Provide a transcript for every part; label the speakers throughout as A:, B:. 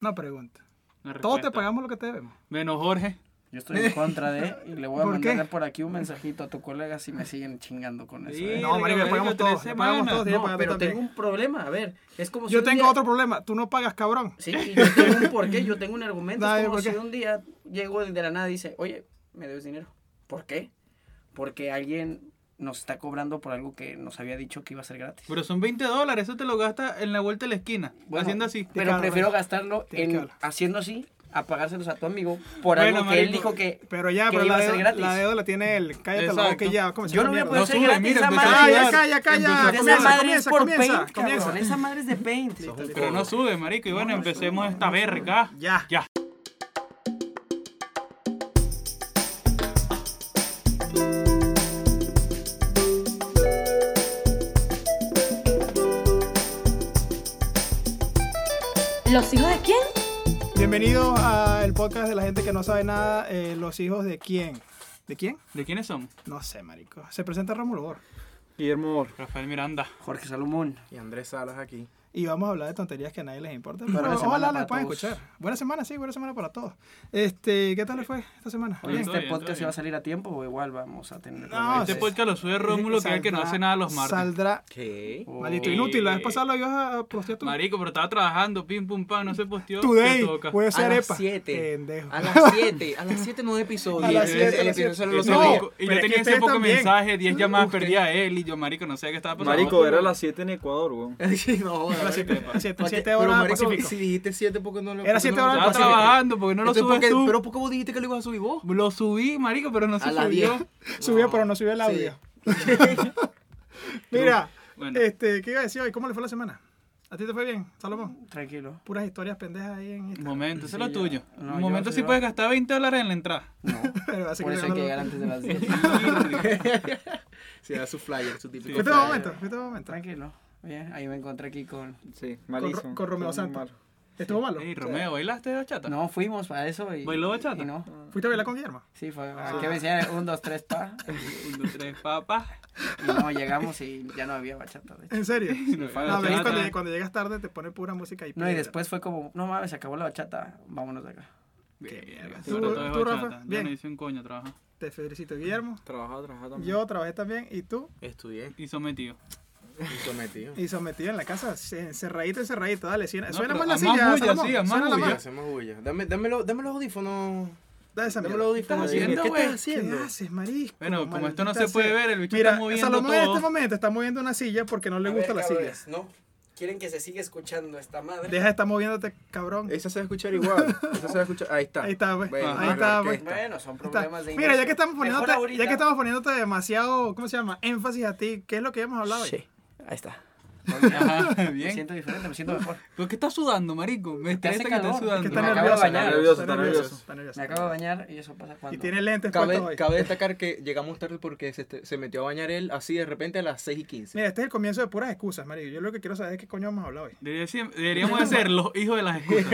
A: No pregunta. Todos
B: No
A: te
B: recuerdo.
A: pagamos lo que te debemos.
B: Menos Jorge.
C: Yo estoy en contra de y le voy a
A: ¿Por
C: mandar
A: qué?
C: por aquí un mensajito a tu colega si me siguen chingando con eso.
B: Sí,
C: ¿eh?
A: No, marico, le pagamos
B: marico,
A: todos,
B: tres
A: le pagamos
B: semanas.
A: todos,
B: No,
A: le pagamos
D: Pero
A: también.
D: tengo un problema, a ver, es como si
A: Yo
D: un
A: tengo
D: día-
A: otro problema. Tú no pagas, cabrón.
D: Sí, y yo tengo un porqué, yo tengo un argumento.
A: Dale,
D: es como
A: ¿por qué?
D: si un día llego de la nada y dice, oye, me debes dinero. ¿Por qué? Porque alguien nos está cobrando por algo que nos había dicho que iba a ser gratis.
B: Pero son 20 dólares, eso te lo gasta en la vuelta de la esquina.
D: Bueno,
B: haciendo así.
D: Pero
A: Claro,
D: prefiero
A: bueno.
D: gastarlo
A: Tienes que
D: en
A: hablar.
D: haciendo así, a pagárselos a tu amigo por
B: Bueno,
D: algo que él
B: marico,
D: dijo que,
A: Pero ya,
D: que
A: pero
D: iba
A: la
D: a ser
A: deuda,
D: gratis.
A: la deuda la tiene él. Cállate la
B: Exacto.
A: boca y ya. Comencé
D: Yo
A: esa
D: no voy a
A: mierda. Ah,
D: poder ser
B: sube,
D: gratis.
B: mira,
D: esa
B: empezó a
D: madre,
B: sudar.
D: es-
A: Calla, calla,
B: Empezó a
A: calla.
D: esa
B: sudar.
A: Comienza,
D: madre es
A: comienza,
D: por
A: comienza,
D: paint,
A: comienza.
D: cabrón. Esa madre es de paint.
B: Pero no sube, marico. Y bueno, empecemos esta verga.
A: Ya.
B: Ya.
E: ¿Los hijos de quién?
A: Bienvenidos al podcast de la gente que no sabe nada. eh, los hijos de quién. ¿De quién?
B: ¿De quiénes somos?
A: No sé, marico. Se presenta Rómulo Bor.
F: Guillermo Or
B: Rafael Miranda.
D: Jorge Salomón.
F: y Andrés Salas aquí.
A: Y vamos a hablar de tonterías que a nadie les importa.
D: Buena
A: Pero ojalá
D: semana para
A: les puedan
D: todos.
A: escuchar. Buena semana, sí, buena semana para todos. Este, ¿qué tal les fue esta semana?
D: Oye,
B: Bien, todo
D: este
B: bien, todo
D: podcast
B: bien.
D: va a salir a tiempo o igual vamos a tener.
A: No,
B: Este
A: sí.
B: podcast lo sube Rómulo, que es el que no
A: Saldrá-
B: hace nada los martes.
A: Saldrá.
F: ¿Qué?
A: Maldito
B: Oh.
A: inútil. La vez pasada lo ibas a postear tú.
B: Marico, pero estaba trabajando, pim, pum, pam, no se posteó.
A: Today.
B: te toca.
A: Puede ser
F: A las
A: epa.
F: 7.
A: Pendejo.
F: A las 7. A las 7 nueve episodios.
A: A las
F: El-
A: siete,
F: el
A: a las siete.
F: episodio solo lo
B: Ese
A: No,
F: sabía.
B: marico- y
A: pero
B: yo
A: es que
B: tenía ese
A: ustedes
B: poco
A: también.
B: mensaje, 10 llamadas perdí a él y yo, marico, no sé qué estaba pasando.
G: Marico, era las 7 en Ecuador, weón.
F: Sí, no,
A: A las 7
F: marico.
A: siete,
F: Porque-
D: pues,
A: siete
F: pero,
A: horas
F: marico,
A: Pacífico.
F: Si dijiste 7, ¿por qué no lo
A: Era
F: por qué
A: siete
F: no lo
A: horas
B: Estaba
A: del
F: grabaste?
B: trabajando porque no lo
F: Entonces, ¿por
B: subes
F: qué-
B: tú.
F: Pero ¿por qué vos dijiste que lo ibas a subir vos?
B: Lo subí, marico, pero no se
F: A las
B: subió.
F: 10.
A: Subió, pero no subió el audio. Mira,
B: Bueno.
A: este, ¿qué iba a decir hoy? ¿Cómo le fue la semana? ¿A ti te fue bien, Salomón?
D: Tranquilo.
A: Puras historias pendejas ahí en
B: Un
A: Instagram.
B: Momento, eso es lo
D: Sí,
B: tuyo.
D: ya. No,
B: un
D: yo
B: momento
D: sí
B: sí
D: va.
B: puedes gastar 20 dólares en la entrada.
D: No.
A: Pero así
D: Por
A: que
D: eso hay
A: no
D: que
A: lo-
D: llegar antes de las 10.
F: Se da su flyer, su típico.
A: Fuiste un
F: flyer.
A: este momento, fuiste un momento.
D: Tranquilo. Bien, ahí me encontré aquí con.
G: Sí,
A: Con
G: malísimo.
A: Ro- con Romeo
G: Todo
A: Santos.
G: malo.
A: ¿Estuvo malo?
B: Ey, Romeo, ¿bailaste bachata?
D: No, fuimos para eso y.
B: ¿Bailó bachata?
D: y no.
A: ¿Fuiste a bailar con Guillermo?
D: Sí, fue. Aquí me decían un, dos, tres, pa.
B: Un, dos, tres, papá.
D: Y no, llegamos y ya no había bachata, de hecho.
A: ¿En serio?
B: fue
A: No, ves
B: bachata.
A: cuando, cuando llegas tarde te pone pura música y
D: No, y
A: piedra.
D: después fue como, no mames, se acabó la bachata, vámonos de acá.
B: Verga,
A: ¿Tú-
B: sobre todo es
A: tú,
B: bachata.
A: Rafa?
B: Yo
A: Bien.
B: no hice un coño trabajo.
A: Te felicito, Guillermo.
D: Mm,
G: Trabajaba, trabajaba también.
A: Yo trabajé también y tú,
F: Estudié
B: Y sometido.
F: y sometido.
A: y sometido en la casa, se- encerradito, encerradito, dale, suena,
B: No,
A: suena
B: pero
A: más la
B: a más
A: silla,
B: bulla,
A: Salomón,
B: sí, a más
A: suena la
B: bulla.
A: más-
F: Bulla, hacemos bulla. Dame, dame, lo- dame los audífonos.
A: Da esa
F: Dame
A: mierda.
F: los audífonos.
B: ¿Qué estás haciendo,
F: ¿Qué
B: güey?
F: estás haciendo?
A: pues, ¿Qué haces, marisco?
B: Bueno, como esto no
A: Maldita
B: se puede
A: sea.
B: ver, el bicho
A: Mira,
B: está moviendo
A: Salomón en
B: todo.
A: este momento está moviendo una silla porque no le
D: A
A: gusta
D: ver,
A: la silla.
D: cabrones, No, quieren que se siga escuchando esta madre.
A: Deja de estar moviéndote, cabrón.
F: Esa se va a escuchar igual. Esa se va a escuchar. Ahí está.
A: Ahí está, güey.
F: Bueno,
A: Ahí
F: la
A: está, güey.
F: orquesta.
D: Bueno, son
A: Está.
D: problemas de
A: Mira, ya que estamos
D: inversión.
A: poniéndote,
D: Mejor
A: ya que
D: ahorita.
A: estamos poniéndote demasiado, ¿cómo se llama? Énfasis a ti, ¿qué es lo que hemos hablado hoy?
D: Sí, ahí está.
B: Ajá,
D: Me
B: bien.
D: siento diferente, me siento mejor.
B: ¿Por qué estás sudando, marico? Me
D: Porque hace
B: estresa que estás
D: calor.
A: Es
B: sudando.
A: que está
D: Me acabo de
A: nervioso,
D: bañar.
A: está
G: Está nervioso.
A: está nervioso.
D: Me acabo de bañar y eso pasa cuando.
A: Y tiene lentes puestos
F: Cabe,
A: hoy.
F: cabe destacar que llegamos tarde porque se, este- se metió a bañar él así de repente a las 6 y 15.
A: Mira, este es el comienzo de puras excusas, marico. Yo lo que quiero saber es qué coño vamos a hablar hoy.
B: Debería ser- Deberíamos de ser los hijos de las excusas.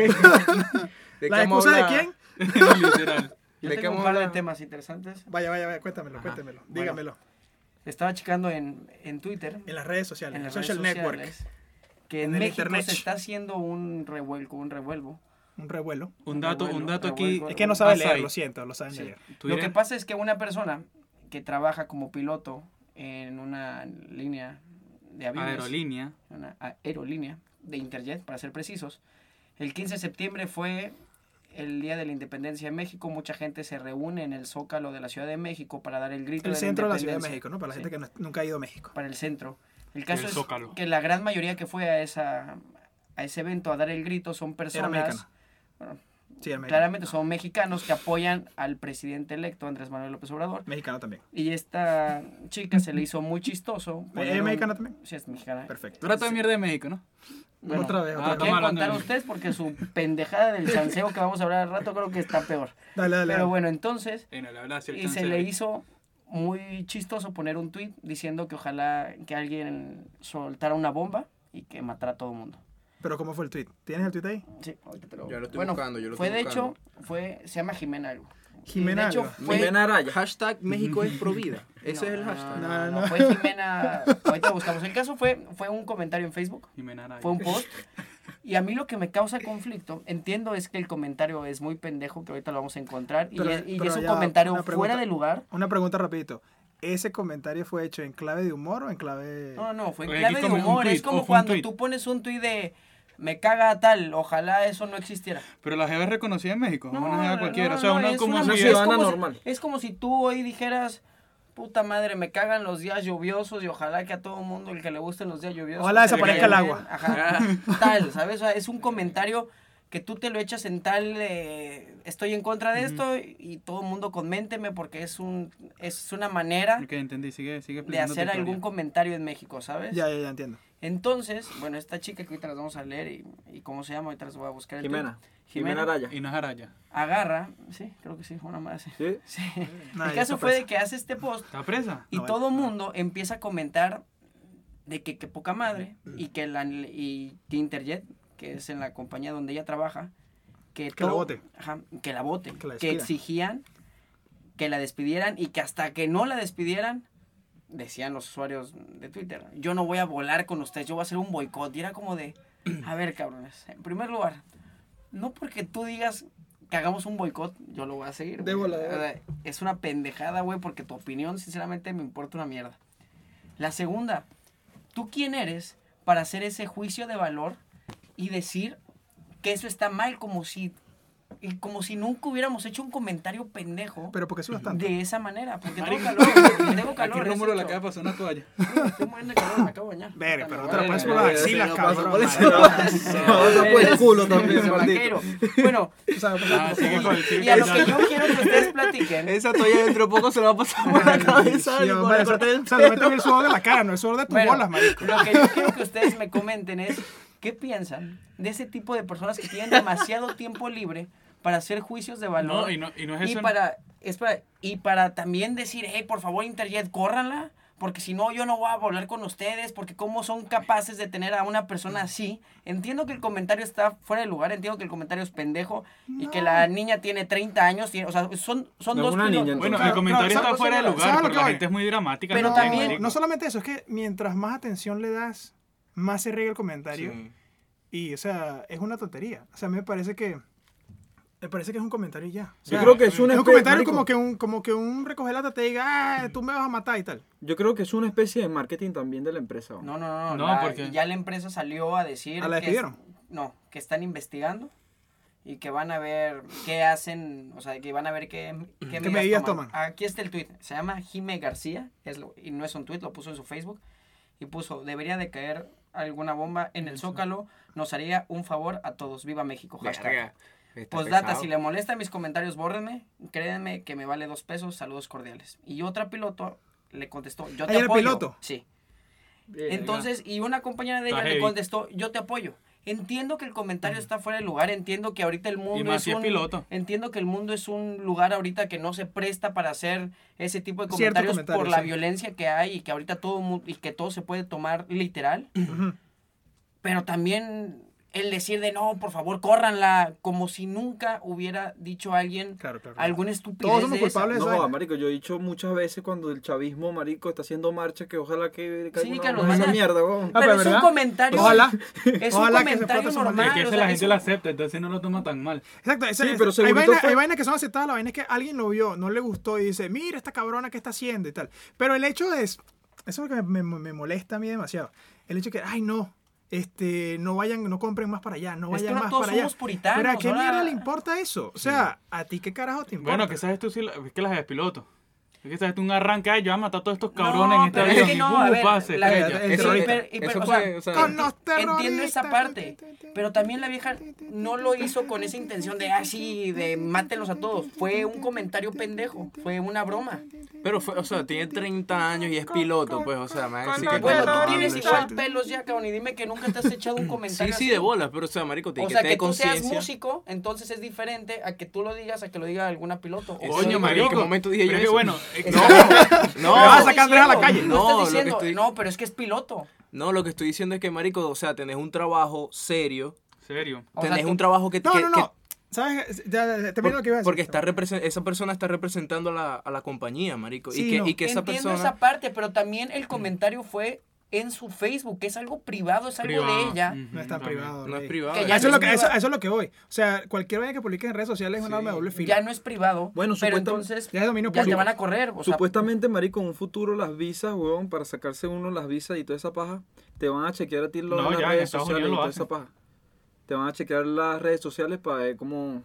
F: ¿De
A: ¿La
F: qué vamos
A: excusa
F: a
A: de
F: hablar?
A: quién?
B: Literal.
D: Yo
F: ¿De qué
D: tengo un
F: vamos a
D: par de
F: hablar?
D: temas interesantes.
A: Vaya, vaya, vaya, cuéntamelo,
D: Ajá.
A: cuéntamelo.
D: Bueno.
A: Dígamelo.
D: Estaba checando en, en Twitter,
A: En las redes sociales,
D: en
A: en
D: las
A: social
D: redes
A: network.
D: sociales, que
A: En
D: en
A: el
D: México
A: internet.
D: se está haciendo un revuelco, un revuelvo.
A: Un revuelo.
B: Un dato, un dato aquí.
A: Es que no sabe
B: Asai.
A: leer, lo siento, lo saben
D: Ah, Sí.
A: leer.
D: Lo que pasa es que una persona que trabaja como piloto en una línea de aviones,
B: Aerolínea.
D: una aerolínea de Interjet, para ser precisos, el 15 de septiembre fue el Día de la Independencia de México. Mucha gente se reúne en el Zócalo de la Ciudad de México para dar el grito
A: El
D: de
A: centro de
D: la
A: la Ciudad de
D: independencia.
A: México, ¿no? Para la gente
D: Sí,
A: que no- nunca ha ido a México.
D: Para el centro. El caso
B: El
D: es
B: Zócalo.
D: que la gran mayoría que fue a, esa, a ese evento a dar el grito son
A: Era
D: personas,
A: mexicano.
D: bueno,
A: Sí, era mexicano.
D: claramente son mexicanos que apoyan al presidente electo Andrés Manuel López Obrador.
A: Mexicano también.
D: Y esta chica se le hizo muy chistoso. poner
A: ¿Es
D: un-
A: mexicana también?
D: Sí, es mexicana.
A: Perfecto.
B: Tú eras toda mierda de México, ¿no?
D: Bueno,
A: otra vez,
D: ¿lo
A: otra vez.
D: quieren
B: Estamos hablando
D: contar
B: de-
D: ustedes porque su pendejada del chanceo que vamos a hablar al rato creo que está peor.
A: Dale, dale.
D: Pero
A: dale.
D: bueno, entonces,
B: En la verdad, sí, el
D: y se
B: chancel.
D: le hizo muy chistoso poner un tuit diciendo que ojalá que alguien soltara una bomba y que matara a todo el mundo.
A: Pero ¿cómo fue el tweet? ¿Tienes el tweet ahí?
D: Sí, ahorita te lo
F: Yo lo estoy
D: Bueno,
F: buscando, yo lo
D: fue
F: estoy
D: de
F: buscando.
D: hecho, fue, se llama Jimena algo. Y
A: Jimena
D: de hecho,
A: algo.
D: fue-
G: Jimena Araya.
F: Hashtag México es pro vida.
D: No,
F: Ese es el
D: no,
F: hashtag.
D: No,
A: No,
D: no,
A: no.
D: fue Jimena. Ahorita buscamos. El caso fue, fue un comentario en Facebook
B: Jimena Araya.
D: fue un post Y a mí lo que me causa conflicto, entiendo es que el comentario es muy pendejo, que ahorita lo vamos a encontrar, y
A: Pero-
D: es- y,
A: pero
D: es un
A: ya,
D: comentario
A: una
D: fuera
A: pregunta.
D: de lugar.
A: Una pregunta rapidito. ¿Ese comentario fue hecho en clave de humor o en clave...?
D: No, no, fue en
B: Oye,
D: clave
B: aquí
D: de
B: como un
D: humor.
B: tuit,
D: es
B: o fue
D: como
B: un
D: cuando
B: tuit.
D: tú pones un tuit de me caga tal, ojalá eso no existiera.
B: Pero la jeva es reconocida en México, no,
D: No,
B: una jeva
D: no,
B: cualquiera.
D: no,
B: o sea,
D: no,
B: una
D: es
B: como
D: una-
B: si-
D: es
G: ciudadana
D: como si-
G: normal.
D: es como si tú hoy dijeras, puta madre, me cagan los días lluviosos y ojalá que a todo mundo el que le gusten los días lluviosos.
A: Ojalá
D: se
A: desaparezca
D: caiga
A: el
D: bien".
A: agua.
D: Ajá. Tal, ¿sabes? O sea, es un comentario que tú te lo echas en tal, eh, estoy en contra de esto y todo el mundo coménteme porque es, un, es una manera
B: Ok, entendí, sigue, sigue
D: de
B: explicando. tu
D: hacer
B: teoría.
D: algún comentario en México, ¿sabes?
A: Ya, ya, ya entiendo.
D: Entonces, bueno, esta chica que ahorita las vamos a leer y, y cómo se llama, ahorita las voy a buscar. el
G: Jimena.
D: tweet.
G: Jimena Araya.
B: Y no es Araya.
D: Agarra, sí, creo que sí, una más. Sí.
G: ¿Sí?
A: Nah,
D: Sí. el
A: ya está
D: caso fue de
A: presa.
D: que hace este post
B: ¿Está presa?
D: y
A: No,
D: todo mundo empieza a comentar de que, que poca madre y que, la, y que Interjet, que es en la compañía donde ella trabaja, que,
A: Que la
D: todo-
A: bote.
D: ajá, que la boten,
A: Que la
D: que,
A: despida.
D: exigían que la despidieran y que hasta que no la despidieran, decían los usuarios de Twitter, yo no voy a volar con ustedes, yo voy a hacer un boicot. Y era como de, a ver cabrones, en primer lugar, no porque tú digas que hagamos un boicot, yo lo voy a seguir.
A: De
D: güey.
A: bola, de
D: O sea, Es una pendejada, güey, porque tu opinión, sinceramente, me importa una mierda. La segunda, ¿tú quién eres para hacer ese juicio de valor y decir que eso está mal como si, y como si nunca hubiéramos hecho un comentario pendejo
A: Pero porque subas tanto.
D: de esa manera? Porque tengo
B: Marico.
D: calor, güey, tengo
B: Aquí
D: calor. es
B: Rómulo la
D: hecho.
B: acaba de pasar una toalla.
D: Sí, Estoy muriendo de calor, me acabo de bañar.
A: Ver,
D: Puta
A: pero no te
D: madre,
A: la pases por
D: güey.
A: las
F: eh,
A: axilas,
F: eh,
A: cabrón.
F: por ese
A: madre.
F: Pasa por el culo también,
D: Ese
F: maldito.
D: vaquero. Bueno,
A: O sea, pues,
B: Ah, sigue con- sigue
D: y a lo que
B: con-
D: yo quiero que ustedes platiquen
F: Esa toalla dentro de poco se la va a pasar por la cabeza.
A: Sí,
F: y por
A: hombre,
F: el
A: o sea,
F: corte del
A: o sea, le meten el sudor de la cara, no el sudor de tus
D: Bueno,
A: bolas, marico.
D: Lo que yo quiero que ustedes me comenten es qué piensan de ese tipo de personas que tienen demasiado tiempo libre para hacer juicios de valor
B: No, y no, y no es
D: y
B: eso.
D: para es para- y para también decir, hey, por favor, Interjet, córranla, porque si no yo no voy a volar con ustedes, porque cómo son capaces de tener a una persona así. Entiendo que el comentario está fuera de lugar, entiendo que el comentario es pendejo y que la niña tiene 30 años, tiene- o sea, son son
G: No,
D: dos
G: una
D: pilotos.
G: niña,
B: Bueno,
A: Claro,
B: el comentario
A: claro,
B: está
A: ¿sabes
B: fuera de
A: lo que voy?
B: lugar,
A: ¿Sabes lo
B: porque
A: que
B: la
A: voy?
B: gente es muy dramática.
D: Pero
B: no,
D: también-
B: marico.
A: No solamente eso, es que mientras más atención le das, más se riega el comentario.
F: Sí.
A: Y, o sea, es una tontería. O sea, a mí me parece que. Me parece que es un comentario y ya. O
G: Yo
A: sea,
G: creo que es una
A: es Ah, un
G: espe-
A: comentario
G: marico,
A: como que un, como que un recoger lata te diga, ah, tú me vas a matar y tal.
G: Yo creo que es una especie de marketing también de la empresa. weón.
D: No, no, no.
B: No,
D: la-
B: porque-
D: Ya la empresa salió a decir.
A: Ah, ¿la
D: que-
A: despidieron?
D: no, que están investigando y que van a ver qué hacen, o sea, que van a ver qué, qué,
A: medidas toman?
D: Aquí está el tuit. Se llama Jime García, es lo- y no es un tuit, lo puso en su Facebook. Y puso: debería de caer alguna bomba en el Zócalo, nos haría un favor a todos. Viva México. Hashtag.
F: Verga, está
D: Postdata,
F: pesado.
D: si le molestan mis comentarios, bórrenme. Créanme que me vale dos pesos. Saludos cordiales. Y otra piloto le contestó, yo
A: Ah,
D: te
A: ¿y era
D: apoyo.
A: piloto?
D: Sí.
G: Verga.
D: Entonces, y una compañera de
B: Eh, Está
D: ella le
B: heavy.
D: contestó, yo te apoyo. Entiendo que el comentario está fuera de lugar, entiendo que ahorita el mundo
B: más
D: es
B: si es
D: un
B: piloto.
D: entiendo que el mundo es un lugar ahorita que no se presta para hacer ese tipo de
A: Cierto
D: comentarios
A: comentario,
D: por la
A: sí.
D: violencia que hay y que ahorita todo mu- y que todo se puede tomar literal,
A: Ujú.
D: pero también el decir de no, por favor, córranla, como si nunca hubiera dicho a alguien
A: Claro, claro. claro.
D: alguna estupidez.
A: Todos somos
D: de esa.
A: culpables.
G: No,
A: esa vaina.
G: marico, yo he dicho muchas veces cuando el chavismo, marico, está haciendo marcha que ojalá que
D: Sí,
G: una
D: que los
G: bomba de esa
D: manden.
G: mierda, weón.
A: Ah,
D: Pero
A: pero
D: es un
A: ¿verdad?
D: comentario.
A: Ojalá.
D: Es un
A: Ojalá que se
D: comentario
A: explote esa
D: normal.
A: madre.
B: Es que
D: o
B: ese
D: sea,
B: la
D: es
B: gente
D: un-
B: lo acepta, entonces no lo toma tan mal.
A: Exacto, esa-
G: Sí,
A: esa-
G: pero
A: hay,
G: según yo
A: vaina-
G: fue-
A: hay vainas que son aceptadas, la vaina es que alguien lo vio, no le gustó y dice, mira esta cabrona que está haciendo y tal. Pero el hecho es, eso es lo que me, me- me molesta a mí demasiado, el hecho que, ay no, este, no vayan, no compren más para allá, no
D: Es que
A: vayan
D: ahora
A: más
D: todos
A: para allá.
D: somos puritanos,
A: Pero a qué
D: ahora-
A: mierda le importa eso? O sea, ¿a ti qué carajo te importa?
B: Bueno, que sabes tú si la- es que las de piloto. Es que sabes tú un arranque, ay, yo voy a matar a todos estos cabrones
D: No,
B: en este
D: pero es
B: avión.
D: que
B: y
D: no,
B: ¡pum!
D: a ver,
B: pase.
D: la-
B: Ella.
A: el
D: Eso-
A: terrorista.
D: hiper- hiper-
F: Eso
D: o sea,
F: fue, o sea,
A: Con los
D: Entiendo esa
A: terroristas,
D: parte,
A: ti, ti, ti,
D: pero también la vieja no lo hizo con esa intención de así, de mátenlos a todos. Fue un comentario pendejo, fue una broma.
F: Pero fue, o sea, tiene 30 años y es piloto, pues, o sea, me van a decir
A: con la
F: que
D: Bueno,
A: no,
D: tú
A: no,
D: tienes
A: no,
D: igual
A: no.
D: pelos ya, cabrón, y dime que nunca te has echado un
F: Sí,
D: comentario.
F: sí,
D: así.
F: de bolas, pero o sea, marico, te
D: O
F: que
D: sea,
F: te
D: que
F: dé
D: tú seas
F: conciencia.
D: músico, entonces es diferente a que tú lo digas, a que lo diga alguna piloto.
F: Eso,
B: Coño,
F: en
B: marico.
F: qué momento dije
B: pero
F: yo
B: es que
F: eso?
B: bueno, es-
F: No, no,
A: Me vas a sacar Andrea a la calle.
F: No,
D: No,
F: lo
D: estás
F: que
D: diciendo,
F: estoy-
D: no, pero es que es piloto.
F: no, lo que estoy diciendo es que, marico, o sea, tenés un trabajo serio,
B: Serio.
D: O sea,
F: tenés
D: tú-
F: un trabajo que...
A: No,
F: que-
A: no,
F: que-
A: no. ¿Sabes? Ya, ya, ya, termino lo que iba a decir.
F: porque está represen- esa persona está representando a la, a la compañía, marico,
A: Sí,
F: y, que,
A: no.
F: y que esa
D: Entiendo
F: persona... Mm.
D: esa parte, pero también el comentario fue en su Facebook, que es algo privado, es algo de
B: Privado.
D: ella.
F: Mm.
B: Ujú,
A: No es tan
B: también.
A: privado.
F: No
A: ok.
F: es privado.
D: Que
A: A
D: ya
A: eso, es lo que, a
D: no es
A: eso, a eso es lo que voy. O sea, cualquier vaina que publique en redes sociales es un arma de doble filo.
D: Ya no es privado.
G: Bueno,
D: pero
G: supuestam-
D: entonces
A: Ya es dominio
D: ya te
A: público.
D: van a correr. o sea,
G: Supuestamente, marico, en un futuro las visas, weón, para sacarse uno las visas y toda esa paja, te van a chequear a ti lo-
B: No,
G: las
B: ya, en
G: redes
B: Estados
G: sociales y
B: Unidos lo
G: toda esa
B: hacen.
G: paja. Te van a chequear las redes sociales para ver cómo,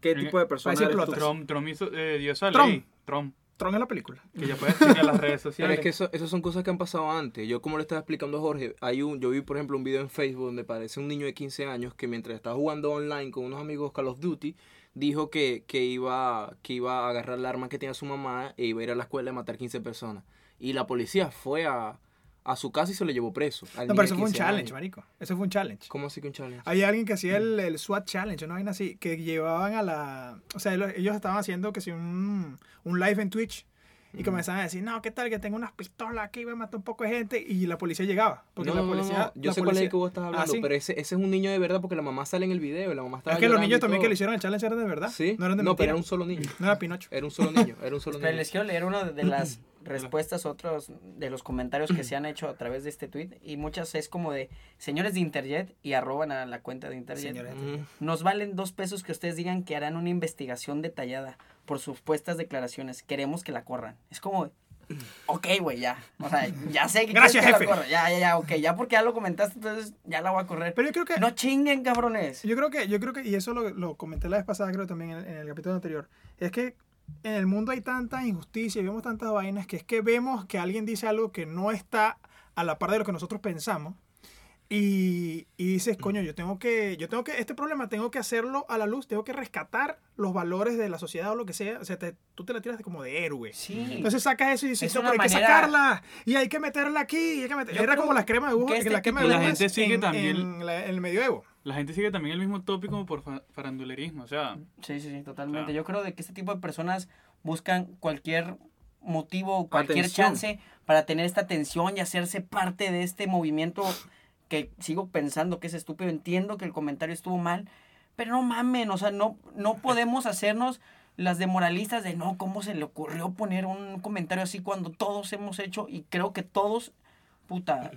G: qué
B: En-
G: tipo de persona
A: Parece
G: eres tú.
A: explotas.
B: Trump, Trump hizo, eh, dio esa
A: Trump.
B: ley. Trump.
A: Tron es la película.
B: Que ya puedes seguir las redes
F: Pero
B: sociales.
F: es que eso, esas son cosas que han pasado antes. Yo como le estaba explicando a Jorge, hay un, yo vi por ejemplo un video en Facebook donde parece un niño de 15 años que mientras estaba jugando online con unos amigos Call of Duty, dijo que, que, iba, que iba a agarrar la arma que tenía su mamá e iba a ir a la escuela y matar 15 personas. Y la policía fue a, a su casa y se lo llevó preso. al
A: No,
F: niño
A: pero
F: de
A: eso fue un
F: 15 años.
A: challenge, marico. Ah, Eso fue un challenge.
F: ¿Cómo Mm. así que un challenge?
A: Había alguien que hacía el, el SWAT Challenge, una vaina así, que llevaban a la... O sea, lo- ellos estaban haciendo que si un, un live en Twitch y comenzaban a decir, no, ¿qué tal? Que tengo unas pistolas aquí, voy a matar un poco de gente. Y la policía llegaba. Porque
F: No,
A: la
F: no, no, no,
A: policía...
F: Yo
A: la
F: sé cuál es
A: policía-
F: el que vos estás
A: Ah,
F: hablando,
A: ¿sí?
F: pero ese, ese es un niño de verdad porque la mamá sale en el video. La mamá estaba
A: Es que los
F: llorando y
A: niños también
F: todo.
A: que le hicieron el challenge eran de verdad.
F: Sí,
A: No eran de
F: pero
A: mentira.
F: era un Eh, solo niño.
A: No era Pinocho.
F: Era un solo niño, era un solo
D: Pero
F: niño.
D: les quiero leer una de las respuestas, otros de los comentarios que se han hecho a través de este tweet. Y muchas es como de señores de Interjet y arroban a la cuenta de Interjet.
A: Señores.
F: Mm.
D: Nos valen dos pesos que ustedes digan que harán una investigación detallada por supuestas declaraciones. Queremos que la corran. Es como, ok, güey, ya. O sea, ya sé que
A: Gracias,
D: quieres que la
A: jefe.
D: corra. Ya, ya, ya, ok. Ya porque ya lo comentaste, entonces ya la voy a correr.
A: Pero yo creo que...
D: No chinguen, cabrones.
A: Yo creo que, yo creo que, y eso lo, lo comenté la vez pasada, creo también en el, en el capítulo anterior, es que en el mundo hay tanta injusticia y vemos tantas vainas que es que vemos que alguien dice algo que no está a la par de lo que nosotros pensamos y, y dices,
D: Mm.
A: coño, yo tengo que, yo tengo que, este problema tengo que hacerlo a la luz, tengo que rescatar los valores de la sociedad o lo que sea, o sea, te- tú te la tiras de como de héroe.
D: Sí.
A: Entonces sacas eso y dices,
D: Es
A: no,
D: una
A: pero hay que
D: manera-
A: sacarla y hay que meterla aquí. y hay que meter-
D: Yo
A: Era
D: creo
A: como las cremas de
D: que
A: agujas,
D: este
A: la crema de
B: tipo- la
A: agujas
B: gente sigue
A: en-
B: también-
A: en la- en el medioevo.
B: La gente sigue también el mismo tópico por fa- farandulerismo. O sea,
D: Sí, sí, sí, totalmente.
B: Claro.
D: Yo creo de que este tipo de personas buscan cualquier motivo, o cualquier
G: Atención.
D: chance para tener esta atención y hacerse parte de este movimiento que sigo pensando que es estúpido. Entiendo que el comentario estuvo mal, pero no mamen, o sea, no, no podemos hacernos las de moralistas de no, ¿cómo se le ocurrió poner un comentario así cuando todos hemos hecho y creo que todos, puta,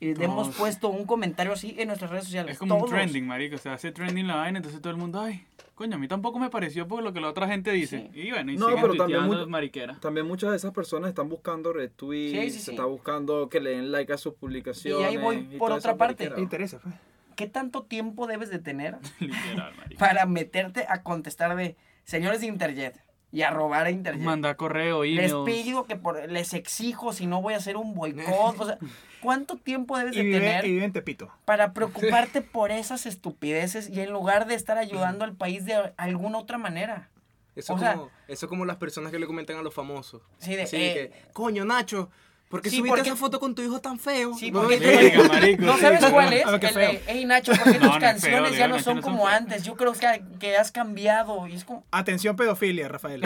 D: eh, hemos
B: Todos.
D: puesto un comentario así en nuestras redes sociales.
B: es como un
D: todos.
B: trending, marico. O sea, hace trending la vaina, entonces todo el mundo, ay, coño, a mí tampoco me pareció por lo que la otra gente dice. Y bueno, y
G: No,
B: siguen
G: pero también
B: tuiteando
G: mu-
B: mariquera.
G: También muchas de esas personas están buscando retweets,
D: Sí, sí, sí.
G: se está buscando que le den like a sus publicaciones.
D: voy
G: y
D: por
G: toda esa
D: otra parte.
G: mariquera.
A: Te interesa, pues.
D: ¿Qué tanto tiempo debes de tener
B: Literal, marico.
D: para meterte a contestar de señores de Interjet y a robar a Interjet.
B: Manda correo,
D: les
B: email.
D: pido que por, les exijo si no voy a hacer un boicot. O sea, ¿cuánto tiempo debes
A: Y
D: de
A: vive,
D: tener
A: y vive en Tepito.
D: para preocuparte por esas estupideces y en lugar de estar ayudando al país de alguna otra manera?
F: Eso,
D: O
F: como,
D: sea-
F: eso como las personas que le comentan a los famosos.
D: Sí, de,
F: Sí,
D: eh,
F: que, coño, Nacho, ¿por qué
D: Sí,
F: subiste
D: porque-
F: esa foto con tu hijo tan feo?
D: Sí,
F: No,
D: porque
F: es-
B: Verga, marico.
D: ¿No sabes
B: Sí,
D: cuál
B: sí.
D: es?
A: Ah, qué
D: El
A: feo.
D: de, hey Nacho, ¿por qué
B: No,
D: tus
B: no es feo,
D: canciones ya no
B: obviamente
D: son
B: no son
D: como
B: feas.
D: antes? Yo creo que, que has cambiado. Y es como,
A: Atención pedofilia, Rafael.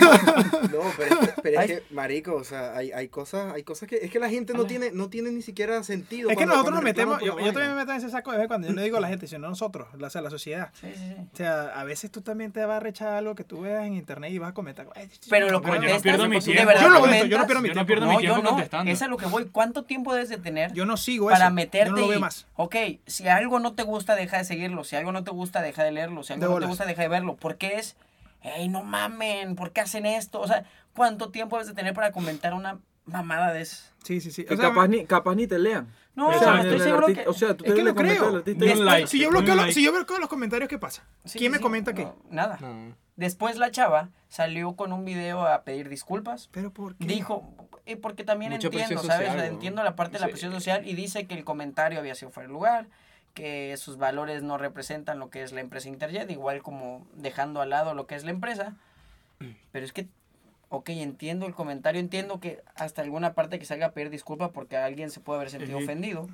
F: No, pero es que, pero es que, marico, o sea, hay, hay cosas, hay cosas que es que la gente no tiene, no tiene ni siquiera sentido.
A: es que
F: cuando-
A: nosotros
F: cuando
A: nos metemos,
F: reclama
A: yo,
F: por
A: yo
F: la
A: también me
F: vaina.
A: meto en ese saco de vez cuando yo no digo a la gente, sino nosotros, la, o sea, la sociedad.
D: sí, sí, sí.
A: O sea, a veces tú también te vas a rechazar algo que tú veas en internet y vas a comentar. "Ay,
D: Pero lo
B: Coño, yo no
D: contestas.
B: pierdo mi
D: ¿De
B: tiempo.
D: verdad
A: Yo lo
D: comentas?
A: contesto, yo no pierdo mi
B: Yo no
A: tiempo.
B: pierdo mi tiempo contestando.
D: Es a lo que voy. ¿Cuánto tiempo debes de tener
A: yo no sigo
D: para
A: eso.
D: meterte?
A: Yo no lo veo
D: y-
A: más.
D: Ok, si algo no te gusta, deja de seguirlo. Si algo no te gusta, deja de leerlo. Si algo
A: De
D: no te
A: bolas.
D: gusta, deja de verlo. Porque es, hey, no mamen, ¿por qué hacen esto? O sea, ¿cuánto tiempo debes de tener para comentar una mamada de eso?
A: Sí, sí, sí.
G: Que
A: O sea,
G: capaz, ni, capaz ni te lean.
D: No,
G: o sea,
D: estoy
G: el
D: seguro
G: artista-
D: que-
G: o sea, tú
A: es
G: te
A: que
G: le
A: lo
G: comentas
A: creo.
G: al artista y-
B: Un like.
A: si yo bloqueo,
B: un
A: los-
B: like.
A: si yo bloqueo los comentarios, ¿qué pasa?
D: Sí,
A: ¿Quién
D: sí,
A: me
D: sí,
A: comenta qué?
D: no, nada.
F: No.
D: Después la chava salió con un video a pedir disculpas.
A: Pero ¿por qué?
D: Dijo, eh, porque también
F: Mucha
D: entiendo,
F: presión
D: ¿sabes?
F: social,
D: La-
F: ¿no?
D: Entiendo la parte de la
F: Sí.
D: presión social y dice que el comentario había sido fuera de lugar, que sus valores no representan lo que es la empresa Interjet, igual como dejando al lado lo que es la empresa. Pero es que, ok, entiendo el comentario, entiendo que hasta alguna parte que salga a pedir disculpas porque alguien se puede haber sentido
B: Ujú.
D: ofendido.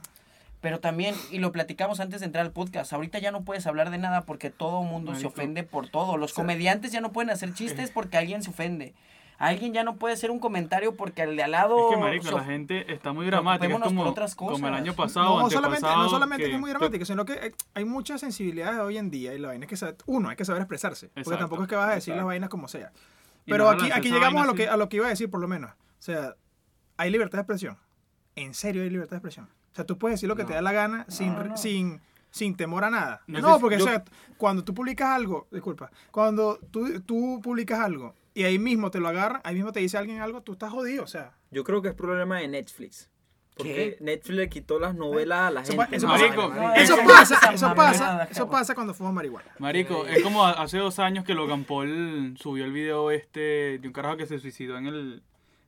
D: Pero también, y lo platicamos antes de entrar al podcast, ahorita ya no puedes hablar de nada porque todo mundo se
B: Marico.
D: ofende por todo. Los comediantes ya no pueden hacer chistes porque alguien se ofende. Alguien ya no puede hacer un comentario porque al de al lado.
B: Es que, marico,
D: se
B: la
D: of-
B: gente está muy dramática. Es
D: Preocupémonos
B: como,
D: por otras
B: como el
D: cosas.
B: año pasado,
A: No solamente,
B: antepasado,
A: no solamente que es muy
B: te-
A: dramático, sino que hay, hay muchas sensibilidades hoy en día y la vaina es que, sabe- uno, hay que saber expresarse. Porque
B: Exacto,
A: tampoco es que vas a decir las
B: exacto.
A: vainas como sea.
B: Y
A: Pero
B: no
A: aquí,
B: lanzas
A: aquí
B: esa
A: llegamos a
B: vaina
A: lo, que,
B: así.
A: a lo que iba a decir, por lo menos. O sea, hay libertad de expresión. en serio hay libertad de expresión. O sea, tú puedes decir lo que te da la gana sin,
C: No, no.
A: sin, sin temor a nada.
B: No,
A: No,
B: pues,
A: porque o
B: yo-
A: sea, cuando tú publicas algo, disculpa, cuando tú, tú publicas algo y ahí mismo te lo agarran, ahí mismo te dice alguien algo, tú estás jodido. O sea,
G: Yo creo que es problema de Netflix. Porque Netflix le quitó las novelas a la
A: Eso
G: gente.
A: pa- eso
G: No,
B: Marico,
G: vale,
B: no,
G: marico.
A: eso
C: eso
A: pasa,
C: pasa,
A: eso
C: mamá,
A: pasa,
C: nada,
A: eso
C: cabrón.
A: pasa cuando fumo marihuana.
B: Marico, es como a- hace dos años que Logan Paul subió el video este de un carajo que se suicidó en el,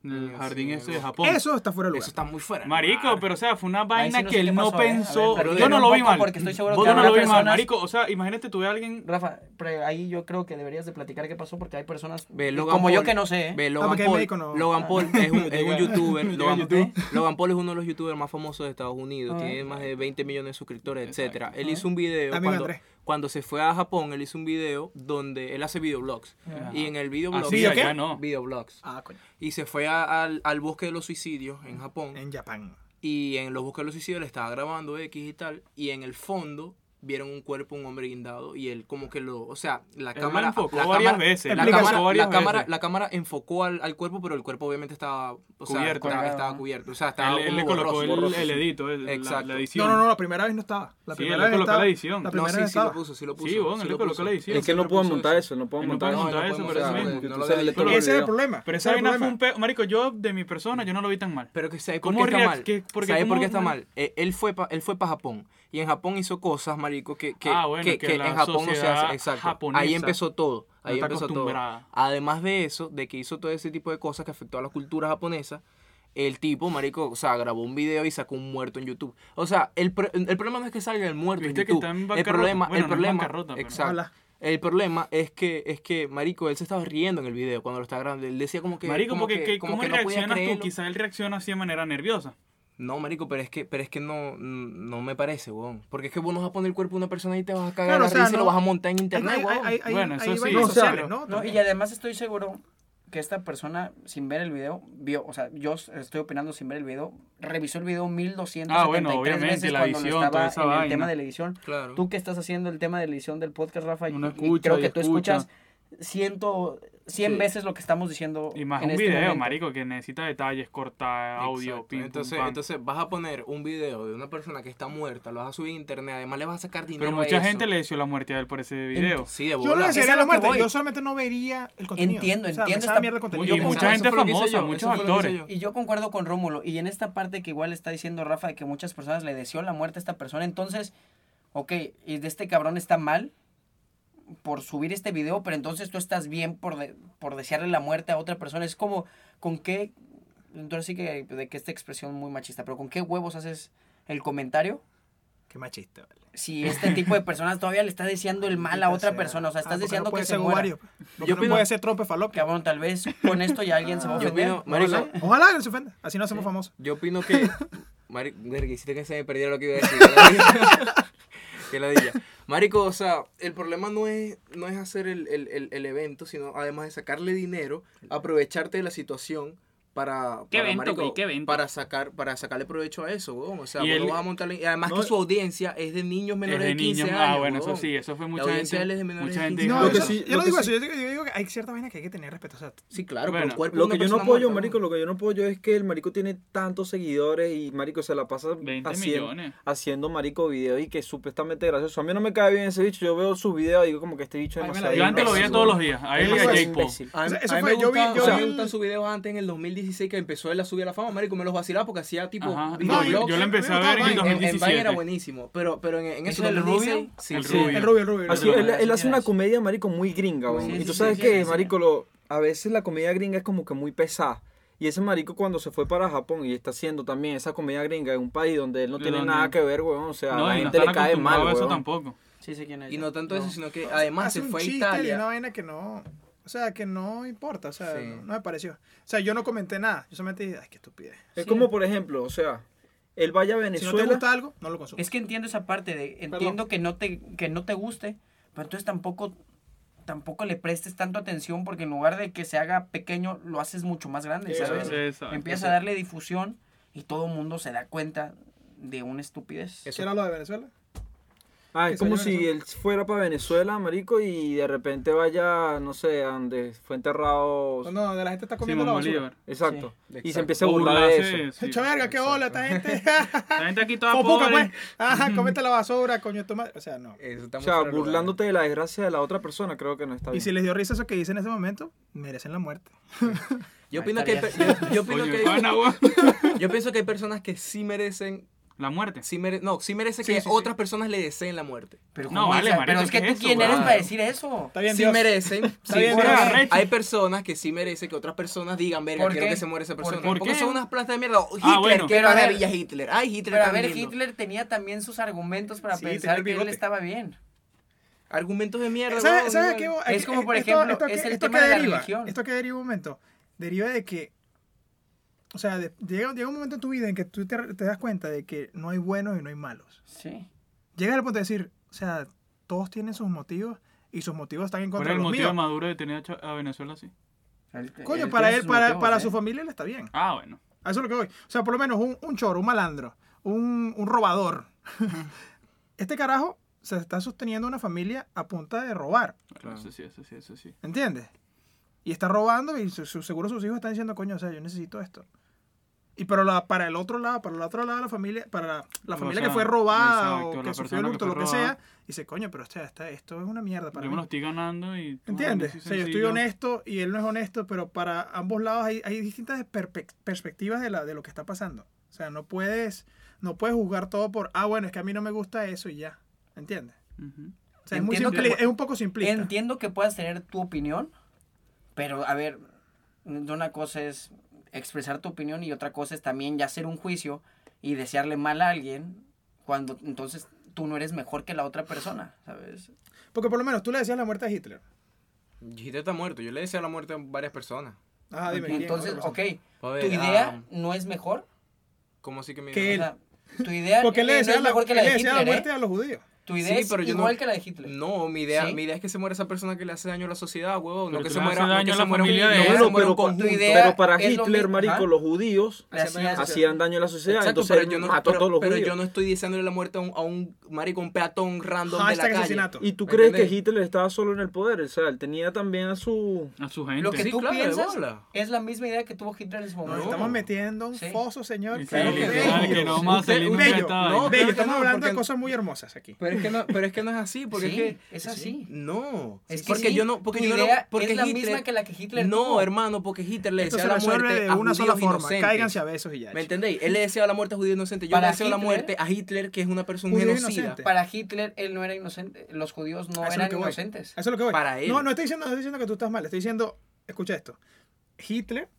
B: en el
F: Sí,
B: jardín
F: sí,
B: ese
F: el
B: de Japón.
A: Eso está fuera de lugar.
F: Eso está muy fuera. de
B: Marico,
F: lugar.
B: pero o sea, fue una
D: Ahí sí
B: vaina
D: no sé
B: que
D: qué
B: él no
D: pasó, ¿eh? A ver,
B: pensó.
D: pero
B: yo
D: dime
B: no
D: un
B: lo vi
D: poco,
B: mal.
D: porque estoy seguro
B: Vos
D: que
B: yo no
D: habrá
B: lo vi mal,
D: personas-
B: marico. O sea, imagínate tuve a alguien.
D: Rafa, pero ahí yo creo que deberías de platicar qué pasó porque hay personas
F: Ve,
D: y
F: Logan
D: como yo
F: Paul-
D: que no sé. ¿eh?
F: Ve,
A: Ah,
F: Logan
A: porque hay
F: Paul,
A: médico, no.
F: Logan Paul es un, es un youtuber. Logan,
B: YouTube.
F: Logan Paul es uno de los youtubers más famosos de Estados Unidos.
D: Ah,
F: Tiene más de 20 millones de suscriptores, etcétera. Él hizo un video
A: Amigo
F: cuando,
A: Andrés.
F: cuando se fue a Japón. Él hizo un video donde él hace videoblogs. Y en el videoblog.
B: Así,
A: ¿Video qué?
B: allá no.
F: Videoblogs.
A: Ah, coño.
F: Y se fue a- al, al bosque de los suicidios en Japón.
A: En Japón.
F: Y en los bosques de los suicidios le estaba grabando X y tal. Y en el fondo vieron un cuerpo, un hombre guindado. Y él como que lo... O sea, la
B: Él lo
F: cámara...
B: enfocó
F: la
B: varias
F: cámara-
B: veces,
F: La
A: lo
F: cámara,
B: enfocó varias
F: la cámara,
B: veces.
F: la cámara enfocó al, al cuerpo, pero el cuerpo obviamente estaba... O sea,
B: Cubierto.
F: estaba,
D: Colgado,
F: estaba
D: ¿no?
F: cubierto. O sea, estaba
B: Él, él
F: como
B: le colocó
F: borroso,
B: el,
F: borroso,
B: el
F: sí.
B: edito, el- la-
F: Exacto.
B: la,
F: No,
B: edición.
A: No, no, no, la primera vez no estaba. La
B: Sí,
A: primera
B: él le
A: vez
B: colocó
A: estaba.
B: la edición.
A: La
F: No,
A: primera
F: sí,
A: vez
F: sí lo
A: estaba.
F: puso, sí lo puso.
B: Sí, bueno,
F: sí
B: él
F: lo
B: le colocó
F: puso.
B: la edición.
G: Es que no puedo montar eso, no puedo
B: Él no
G: montar
B: puede
G: eso.
B: montar eso,
F: podemos
B: pero
F: hacer
B: eso
F: porque
B: es-
F: no
G: entonces
F: lo
G: le
F: edito.
G: toca-
A: Ese es el
G: video.
A: problema.
B: Pero
A: ese
B: esa
A: es el
B: vaina fue un
A: problema.
B: pedo. Marico, yo de mi persona, yo no lo vi tan mal.
F: Pero que ¿sabes por qué
B: ¿Cómo
F: está
B: reac-
F: mal?
B: qué- porque
F: ¿Sabes
B: cómo-
F: por qué está
B: no-
F: mal? Eh, él fue pa- él fue para Japón y en Japón hizo cosas, marico, que, que,
B: Ah, bueno,
F: que-
B: que
F: que
B: la
F: en Japón no se
B: sociedad
F: hace. Exacto. Ahí
B: japonesa
F: empezó todo. Ahí
B: está
F: empezó todo.
B: acostumbrada.
F: Además de eso, de que hizo todo ese tipo de cosas que afectó a la cultura japonesa, el tipo, marico, o sea, grabó un video y sacó un muerto en YouTube. O sea, el, pro- el problema no es que salga el muerto
B: Viste
F: en
B: que
F: YouTube.
B: está en
F: el
B: bancarrota.
F: problema,
B: Bueno,
F: el
B: no es
F: problema,
B: bancarrota, pero-
F: exacto.
A: Ojalá.
F: El problema es que, es que, marico, él se estaba riendo en el video cuando lo estaba grabando. Él decía como que...
B: marico,
F: como
B: porque
F: que,
B: que-
F: como
B: ¿cómo
F: que no podía
B: reaccionas tú?
F: creerlo.
B: Quizás él reacciona así de manera nerviosa.
F: No, marico, pero es que, pero es que no, no me parece, weón. Porque es que vos no vas a poner el cuerpo de una persona y te vas a cagar
A: Claro,
F: la
A: o sea,
F: risa y
A: no-
F: lo vas a montar en internet,
A: Hay- hay-
F: weón.
A: hay- hay-
B: Bueno,
A: hay
B: eso sí.
A: vainas
B: No,
G: o sea,
A: sociales, ¿no?
D: No, y además estoy seguro que esta persona, sin ver el video, vio, o sea, yo s- estoy opinando sin ver el video, revisó el video 1273
B: Ah, bueno, obviamente,
D: veces
B: la
D: cuando no
B: edición, toda
D: estaba
B: esa
D: en
B: vaina.
D: el tema de la edición.
F: Claro.
D: Tú que estás haciendo el tema de la edición del podcast, Rafa, y,
B: Uno
D: y
B: escucha
D: creo
B: y
D: que tú
B: escucha.
D: escuchas ciento, 100 veces lo que estamos diciendo
B: Y más
D: en
B: un
D: este
B: video,
D: momento.
B: marico, que necesita detalles, corta audio,
F: Exacto.
B: pim, pum,
F: entonces,
B: pam.
F: entonces vas a poner un video de una persona que está muerta, lo vas a subir a internet, además le vas a sacar dinero
B: Pero
F: a
B: mucha
F: eso.
B: gente le deseó la muerte a él por ese video.
F: Sí, de
A: Yo no
F: bola.
D: sé.
A: desearía la
D: lo que
A: muerte,
D: voy.
A: yo solamente no vería el contenido.
D: Entiendo,
A: O sea,
D: entiendo
A: esa
D: esta-
A: mierda de contenido.
B: Y
D: Yo-
B: mucha
D: Eso
B: gente
F: fue lo que hice
B: famosa,
F: yo,
B: muchos
F: eso fue lo que hice
B: actores.
F: yo.
D: Y yo concuerdo con Rómulo. Y en esta parte que igual está diciendo Rafa de que muchas personas le deseó la muerte a esta persona. Entonces, ok, y de este cabrón está mal por subir este video, pero entonces tú estás bien por, de- por desearle la muerte a otra persona. Es como, ¿con qué? Entonces sí que, de que esta expresión muy machista, pero ¿con qué huevos haces el comentario?
A: Qué machista, vale.
D: Si este tipo de personas todavía le está deseando el mal a
A: Maldita
D: otra
A: sea.
D: persona, o sea,
A: Ah,
D: estás
A: porque
D: deseando
A: no puede
D: que se
A: ser
D: muera.
A: ovario. Porque
F: Yo
A: no
F: opino-
A: puede ser trompe falopio.
D: Cabrón, tal vez con esto ya alguien se va a
F: Yo
D: ofender.
F: opino, marico,
A: Ojalá no se ofenda, así no hacemos famosos.
F: yo opino que... Marico, verga, hiciste que se me perdiera lo que iba a decir. Qué ladilla. Marico, o sea, el problema no es, no es hacer el, el- el- el evento, sino además de sacarle dinero, aprovecharte de la situación para,
B: ¿Qué
F: para,
B: evento, güey? ¿Qué evento?
F: para sacar, para sacarle provecho a eso, weón. O sea,
B: Y
F: vos
B: él-
F: no vas a montarle. Y además que
A: no-
F: su audiencia es de niños
B: Es
F: menores
B: de
F: de 15
B: niños.
F: años.
B: Ah, bueno, eso
F: weón.
B: sí, eso fue mucha
F: audiencia de él
B: gente.
F: es de menores
B: Mucha
F: de
B: gente.
F: 15
B: dijo,
A: No,
G: Lo que
A: eso-
G: sí-
A: yo
G: lo
A: no
G: que
A: digo
G: sí-
A: eso, yo digo- yo digo que hay ciertas vainas que hay que tener respeto. O sea,
F: Sí, claro,
B: Bueno,
F: pero el cuerpo
G: Lo
F: de
G: que
F: una
G: yo no
F: persona
G: apoyo,
F: muerta,
G: marico,
F: weón.
G: lo que yo no apoyo es que el marico tiene tantos seguidores y marico se la pasa
B: 20
G: haciendo,
B: millones.
G: haciendo marico videos y que es supuestamente gracioso. A mí no me cae bien ese bicho, yo veo sus videos y digo como que este bicho es
A: Ay, me la
G: demasiado
B: Yo antes lo
G: imbécil,
B: veía
A: Sí,
B: todos
G: weón.
B: los días. A él y a
G: Demasiado
B: Jake Paul.
G: imbécil.
F: A
A: O sea,
F: mí-
A: eso
F: a mí
A: fue-
F: me
A: yo vi-
F: gustaban-
A: yo
F: o sea, a mí
A: vi
F: me
A: el-
F: gustan sus videos antes en el 2016 que empezó él a subir a la fama, marico, me los vacilaba porque hacía tipo
B: Ajá. No,
F: videoblogs.
B: yo, yo lo empecé a ver en el
A: En-
F: En- En Vine era
B: 2017.
F: buenísimo, pero, pero en, en
D: ¿Es
F: eso
D: el
F: del
D: rubio?
F: rubio, sí,
B: El
F: sí.
B: rubio.
A: El rubio, el rubio. el
G: Así,
A: rubio.
G: él, él
D: sí
G: hace
D: era
G: una
D: eso.
G: comedia, marico, muy gringa, weón.
D: Sí,
G: y
D: sí,
G: tú
D: sí,
G: sabes
D: sí,
G: que,
D: sí, sí.
G: marico, lo, a veces la comedia gringa es como que muy pesada. Y ese marico cuando se fue para Japón y está haciendo también esa comedia gringa en un país donde él no
B: De
G: tiene
B: donde-
G: nada que ver, weón. O sea,
B: No,
G: a la
B: y no
G: gente
B: están
G: le cae mal,
B: acostumbrados a eso
G: weón.
B: tampoco.
D: Sí, sé quién es
F: Y
D: ya.
F: no tanto eso, sino que
A: Hace
F: además se
A: un
F: fue a
A: chiste Y una
F: Italia.
A: vaina que no. O sea, que no importa, o sea,
F: Sí.
A: no, no me pareció. O sea, yo no comenté nada, yo solamente dije, ay, qué estupidez.
G: Es como, por ejemplo, o sea, él vaya a
A: Si no te
G: Venezuela.
A: gusta algo, no lo consumas.
D: Es que entiendo esa parte de entiendo que no te que no te guste, pero entonces tampoco tampoco le prestes tanto atención porque en lugar de que se haga pequeño lo haces mucho más grande,
A: Exacto.
D: ¿sabes?
B: Exacto.
D: Empiezas a darle difusión y todo el mundo se da cuenta de una estupidez.
A: ¿Qué era lo de Venezuela?
G: Ah, es
A: Eso yo
G: como
A: no
G: si
A: sé.
G: él fuera para Venezuela, marico, y de repente vaya, no sé, a donde fue enterrado.
A: No, de la gente está comiendo
B: Simón
A: la basura.
B: Bolívar.
G: Exacto. Y
F: Exacto.
G: se empieza a burlar de eso.
B: Burlarse, sí.
A: Echa verga, qué hola esta gente.
B: La gente aquí toda
A: Fofuca,
B: pobre.
A: pues. Ajá, comete la basura, coño, toma. O sea, no.
F: Eso está
G: O
F: muy
G: sea,
F: fuera de lugar.
G: burlándote de la desgracia de la otra persona, creo que no está
A: Y
G: bien.
A: si les dio risa eso que dice en ese momento, merecen la muerte.
D: Ahí
F: Yo opino, que hay,
D: está
F: per- yo, yo opino
B: Coño,
F: que hay-
B: pana, güey.
F: yo pienso que hay personas que sí merecen,
B: La muerte.
F: sí mere- no, sí merece
B: Sí,
F: que
B: sí, sí.
F: otras personas le deseen la muerte.
D: Pero,
B: No,
D: ¿cómo
B: vale,
D: esa?
B: marico,
D: pero es que
B: ¿qué
D: tú
B: es eso,
D: quién eres
B: bro?
D: para decir eso.
A: Está bien,
F: sí
A: Dios.
F: merecen, sí,
A: bien,
F: porque
A: Dios.
F: hay personas que sí merecen que otras personas digan, verga,
D: ¿Por
F: quiero
D: qué?
F: que se muera esa
D: ¿Por
F: persona.
D: qué?
B: ¿Por
F: Porque
B: qué?
F: son unas plantas de mierda. O Hitler,
B: bueno.
F: qué
D: Pero a ver-
F: maravilla Hitler. Ay, Hitler
D: Pero a
F: tan
D: ver,
F: lindo.
D: Hitler tenía también sus argumentos para
A: Sí, tenía el
D: pensar que él
A: bigote.
D: estaba bien.
F: Argumentos de mierda.
A: ¿Sabes
F: weón,
A: sabes
F: weón.
A: qué? Aquí-
D: Es
A: eh,
D: como, por
A: esto-
D: ejemplo,
A: esto que-
D: es el
A: esto
D: tema
A: que
D: de la
A: deriva,
D: religión.
A: Esto que deriva un momento. Deriva de que. O sea, de- llega, llega un momento en tu vida en que tú te, te das cuenta de que no hay buenos y no hay malos.
D: Sí.
A: Llega al punto de decir, o sea, todos tienen sus motivos y sus motivos están en
B: ¿Cuál
A: contra
B: era
A: de
B: el
A: los
B: motivo de
A: míos.
B: Maduro de tener a Cha- a Venezuela así?
D: Él-
A: Coño,
D: él
A: para
D: tiene
A: él,
D: sus
A: para,
D: motivos,
A: para
D: ¿eh?
A: su familia le está bien.
B: Ah, bueno.
A: A eso es lo que voy. O sea, por lo menos un, un choro, un malandro, un, un robador. este carajo se está sosteniendo una familia a punta de robar.
B: Bueno,
F: Claro.
B: Eso sí, eso sí, eso sí.
A: ¿Entiendes? Y está robando y su, su- seguro sus hijos están diciendo, coño, o sea, yo necesito esto. Y pero la, para el otro lado, para el otro lado de la familia, para la, la
B: O
A: familia
B: sea,
A: que fue robada
B: exacto,
A: o
B: la
A: que sufrió el
B: persona que
A: hurto,
B: fue
A: lo que
B: robada.
A: sea, dice, coño, pero o sea, esta- esto es una mierda para
B: Yo
A: mí.
B: me lo estoy ganando y... tú,
A: ¿Entiendes?
B: así
A: O sea, yo estoy
B: sencillo.
A: honesto y él no es honesto, pero para ambos lados hay, hay distintas perpe- perspectivas de, la, de lo que está pasando. O sea, no puedes, no puedes juzgar todo por, ah, bueno, es que a mí no me gusta eso y ya. ¿Entiendes?
B: Ujú.
A: O sea, es, muy
D: Entiendo que-
A: simpli- es un poco simplista.
D: Entiendo que puedas tener tu opinión, pero a ver, una cosa es expresar tu opinión y otra cosa es también ya hacer un juicio y desearle mal a alguien cuando entonces tú no eres mejor que la otra persona, ¿sabes?
A: Porque por lo menos tú le decías la muerte a Hitler.
F: Hitler está muerto. Yo le deseo la muerte a varias personas.
A: Ajá, Ah, dime. ¿quién?
D: Entonces,
A: Otra
D: ok,
A: persona.
F: A
D: tu
F: ver,
D: idea
F: ah,
D: no es mejor.
F: ¿Cómo así que me
A: Que
D: O
A: él.
D: sea, tu idea eh,
A: Porque él le
D: no es
A: decía, la,
D: mejor que la
A: él
D: de
A: le decía la
D: Hitler, ¿eh?
A: muerte a los judíos.
D: Tu idea es
F: pero yo no-
D: igual que la de Hitler.
F: No, mi idea,
D: ¿Sí?
F: mi idea es que se muera esa persona que le hace daño a la sociedad, huevón.
B: Pero
F: No que
B: tú
F: se
B: le haces
F: muera, no
B: daño
F: que
B: a
F: se
B: la
F: muera un
B: familia de
F: no
B: él.
F: que se
G: Bueno,
F: muera
G: pero,
F: un
D: tu
F: conjunto.
D: idea
G: pero para
D: es lo
G: Hitler,
D: mismo,
G: marico,
D: ajá.
G: los judíos
D: Le hacían daño a la
G: hacían daño a la sociedad.
F: Exacto,
G: entonces
F: pero yo no,
G: mató
F: pero,
G: a todos los
F: pero
G: judíos.
F: yo no estoy diciéndole la muerte a un, a un marico, un peatón random de
A: Hashtag
F: la calle.
A: asesinato.
G: ¿Y tú
F: ¿Me
G: crees que
F: entendés?
G: Hitler estaba solo en el poder? O sea, él tenía también a su...
B: A su gente.
D: Lo que
F: Sí,
D: tú
F: claro, de
D: piensas
F: bola.
D: es la misma idea que tuvo Hitler en su
A: Nos
D: momento.
A: estamos metiendo un
D: Sí.
A: foso, señor.
B: Sí,
A: Claro
B: sí,
A: que
B: literal,
A: bello.
B: que no más
F: Usted-
B: salir
F: un
B: nunca de
A: bello.
B: esta
F: No,
A: Bello,
B: vaina.
F: claro que
A: estamos
F: no,
A: hablando de
F: porque-
A: cosas muy hermosas aquí.
F: Pero es que no, pero es que no es así, porque
D: Sí,
F: es que
D: es así.
F: no,
D: Es que
F: porque
D: sí,
F: yo no, porque
D: tu
F: yo no,
D: idea
F: porque
D: es la
F: Hitler-
D: misma que la que Hitler
F: No,
D: tuvo.
F: hermano, porque Hitler le
A: Esto se
F: deseaba la
A: resuelve
F: muerte
A: de
F: a
A: una sola
F: judíos
A: forma.
F: inocentes.
A: Cáiganse a besos y ya.
F: ¿Me
A: chico.
F: entendéis? Él le deseaba la muerte a judíos inocentes. Yo le
D: Para
F: deseo la
D: Hitler-
F: muerte a Hitler, que es una persona un
A: Judío
F: genocida.
A: inocente.
D: Para Hitler él no era inocente, los judíos no
A: A eso Este. Ah, es lo
D: eran
A: que voy.
D: inocentes.
A: A Eso es lo que voy.
F: Para él.
A: No, no estoy diciendo, no estoy diciendo que tú estás mal. Estoy diciendo, escucha esto. Hitler,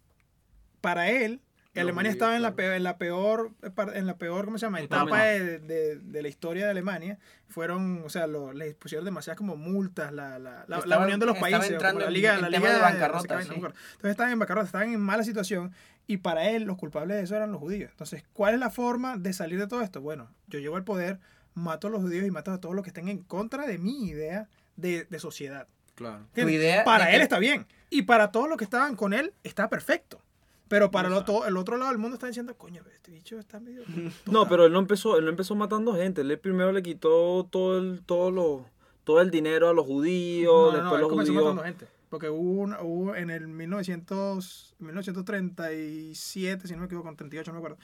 A: para él,
F: Los
A: Alemania
F: judíos,
A: estaba en la
F: claro.
A: peor, en la peor, par- en la peor, ¿cómo se llama?
G: Etapa.
A: Etapa de, de- de la historia de Alemania. Fueron, o sea, lo- les pusieron demasiadas como multas, la, la, la- la
D: Estaban-
A: unión de los
D: estaba
A: países, o como
D: entrando
A: la
D: en-
A: liga,
D: en
A: la
D: tema
A: liga
D: de bancarrota,
A: no sé qué vaina,
D: sí.
A: no me acuerdo. Entonces estaban en bancarrota, estaban en mala situación y para él los culpables de eso eran los judíos. Entonces, ¿cuál es la forma de salir de todo esto? Bueno, yo llego al poder, mato a los judíos y mato a todos los que estén en contra de mi idea de, de sociedad.
F: Claro.
D: Tu
A: ¿Entiendes?
D: idea
A: para
D: de
A: él
D: que-
A: está bien. Y para todos los que estaban con él, está perfecto. Pero para el
B: Exacto.
A: otro, el otro lado del mundo están diciendo, coño, este bicho está medio...
G: No, pero él no empezó, él no empezó matando gente. Él primero le quitó todo el, todo lo, todo el dinero a los
A: No,
G: judíos,
A: no, no,
G: después
A: él
G: los
A: comenzó
G: judíos.
A: matando gente. Porque hubo, una- hubo en el 1900, 1937, si no me equivoco, con 38, no me acuerdo,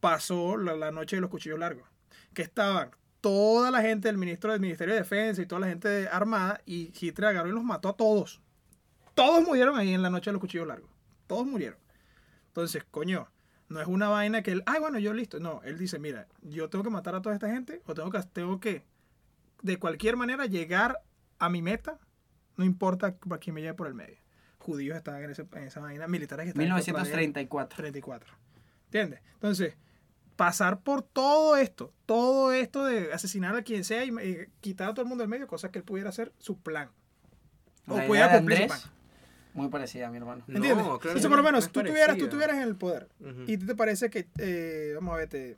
A: pasó la, la noche de los cuchillos largos. Que estaban toda la gente del ministro del Ministerio de Defensa y toda la gente armada, y Hitler agarró y los mató a todos. Todos murieron ahí en la noche de los cuchillos largos. Todos murieron. Entonces, coño, no es una vaina que él, ay, bueno, yo listo. No, él dice, mira, yo tengo que matar a toda esta gente o tengo que, tengo que de cualquier manera llegar a mi meta, no importa a quién me lleve por el medio. Judíos estaban en, ese- en esa vaina, militares que estaban en contra de él.
D: 1934.
A: 34. ¿Entiendes? Entonces, pasar por todo esto, todo esto de asesinar a quien sea y, y quitar a todo el mundo del medio, cosa que él pudiera hacer su plan. O
D: La idea
A: pudiera
D: de
A: cumplir su
D: Andrés,
A: plan.
D: muy parecida a mi hermano.
F: No,
A: ¿Entiendes?
F: claro
A: Entonces,
F: que
A: por lo
F: no,
A: menos,
F: no es
A: tú, tuvieras, tú
F: parecida.
A: tuvieras en el poder
F: Ujú,
A: y te parece que, eh, vamos a ver, te-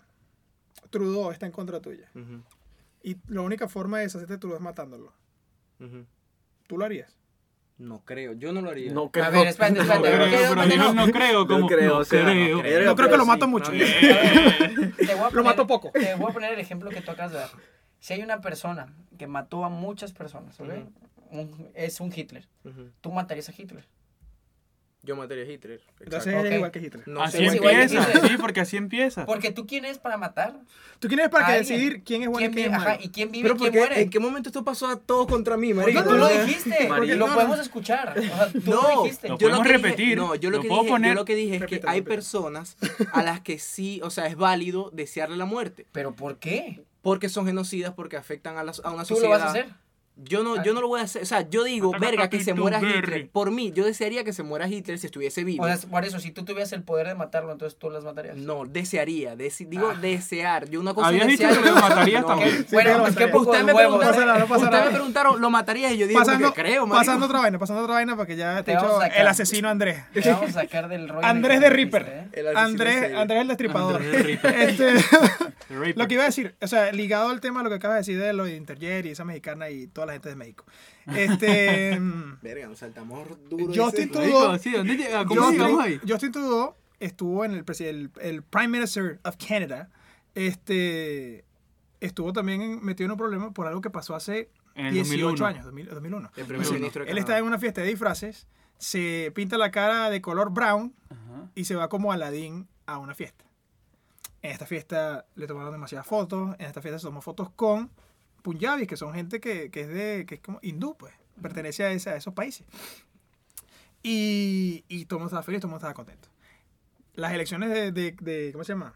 A: Trudeau está en contra tuya.
F: ujú,
A: Y la única forma de deshacerte de Trudeau es matándolo.
F: ujú.
A: ¿Tú lo harías?
F: No creo, yo no lo haría.
G: No,
D: A
G: creo.
D: ver, espérate,
B: Pero-
D: espérate.
G: No,
D: ¿qué
B: Pero
D: onda?
B: dijo, no creo,
G: No
B: como...
G: creo,
B: No
G: o sea, no
B: creo.
G: creo.
A: No creo que lo
F: sí,
A: mato mucho.
F: no creo.
D: Te voy a
A: Lo mato
D: poner-
A: poco.
D: Te voy a poner el ejemplo que tú acabas de dar. Si hay una persona que mató a muchas personas, ¿ok? Un- es un Hitler.
F: Ujú.
D: ¿Tú matarías a Hitler?
F: Yo mataría a Hitler.
A: Entonces
F: Exacto.
A: eres
D: Ok.
A: igual que Hitler.
F: No
B: así
F: sé,
D: es
F: igual que
B: empieza,
F: Hitler.
B: sí, porque así empieza.
D: Porque tú quién eres para matar.
A: ¿Tú quién eres para que
D: a alguien?
A: decidir quién es bueno y quién
D: vive-
A: es
D: ajá,
A: malo?
D: ¿Y quién vive
F: Pero
D: y quién
F: porque,
D: muere?
F: ¿en qué momento esto pasó a todos contra mí,
D: Porque
F: marico?
D: tú lo
F: No,
D: dijiste.
G: Marico.
D: Lo podemos escuchar. O sea, tú lo dijiste.
B: Lo
F: yo
B: podemos
F: que dije-
B: repetir,
F: no, yo
B: lo
F: lo, que
B: puedo
F: dije, yo
B: poner.
F: lo que dije es que
A: Repítelo,
F: hay
A: repítelo.
F: personas a las que sí, o sea, es válido desearle la muerte.
D: ¿Pero por qué?
F: Porque son genocidas, porque afectan a, las- a una
D: ¿Tú
F: sociedad.
D: lo vas a hacer? Ah.
F: Yo no, yo no lo voy a hacer. O sea, yo digo,
B: Ataca,
F: verga, que se
B: papito,
F: muera
B: berry.
F: Hitler. Por mí, yo desearía que se muera Hitler si estuviese vivo.
D: O sea, por eso, si tú tuvieras el poder de matarlo, entonces tú las matarías.
F: no, desearía. deci- digo,
D: Ah.
F: desear. Yo una cosa
B: Habías dicho
F: desear.
B: que lo matarías
F: No.
B: también.
A: Sí, claro,
D: Bueno, es que
A: mataría.
D: poco de
F: Ustedes me,
D: huevos.
A: No pasa nada, no pasa
D: ¿eh?
F: preguntaron, ustedes
A: nada.
F: me preguntaron, ¿lo matarías? Y yo dije,
A: Pasando,
F: porque creo, marico.
A: pasando otra vaina, pasando otra vaina para que ya te
D: Te
A: he dicho
D: vamos a sacar.
A: el asesino Andrés.
D: Te vamos a sacar del rollo.
A: Andrés
D: que
A: de
D: me
A: Reaper.
D: dijiste, ¿eh?
F: El asesino
A: Andrés,
F: serial.
A: Andrés el destripador.
B: Andrés el Reaper.
A: Este,
B: Raper.
A: Lo que iba a decir, o sea, ligado al tema de lo que acabas de decir de lo de Interjet y esa mexicana y toda la gente de México. Este. mm,
F: Verga, nos saltamos duro.
A: Justin
F: ese-
A: Trudeau.
B: Marico, sí, ¿dónde llega? ¿Cómo llegamos ahí?
A: Justin, Justin Trudeau estuvo en el, presi- el, el Prime Minister of Canada. Este. Estuvo también en- metido en un problema por algo que pasó hace
B: En el
A: 18
B: 2001.
A: años, 2000 2001.
F: El primer ministro de
A: Él
F: Canadá.
A: está en una fiesta de disfraces, se pinta la cara de color brown
B: Ajá.
A: y se va como Aladín a una fiesta. En esta fiesta le tomaron demasiadas fotos, en esta fiesta se tomó fotos con Punjabis, que son gente que, que es de que es como hindú, pues, pertenece a, esa- a esos países. Y, y todo el mundo estaba feliz, todo el mundo estaba contento. Las elecciones de, de- de- ¿cómo se llama?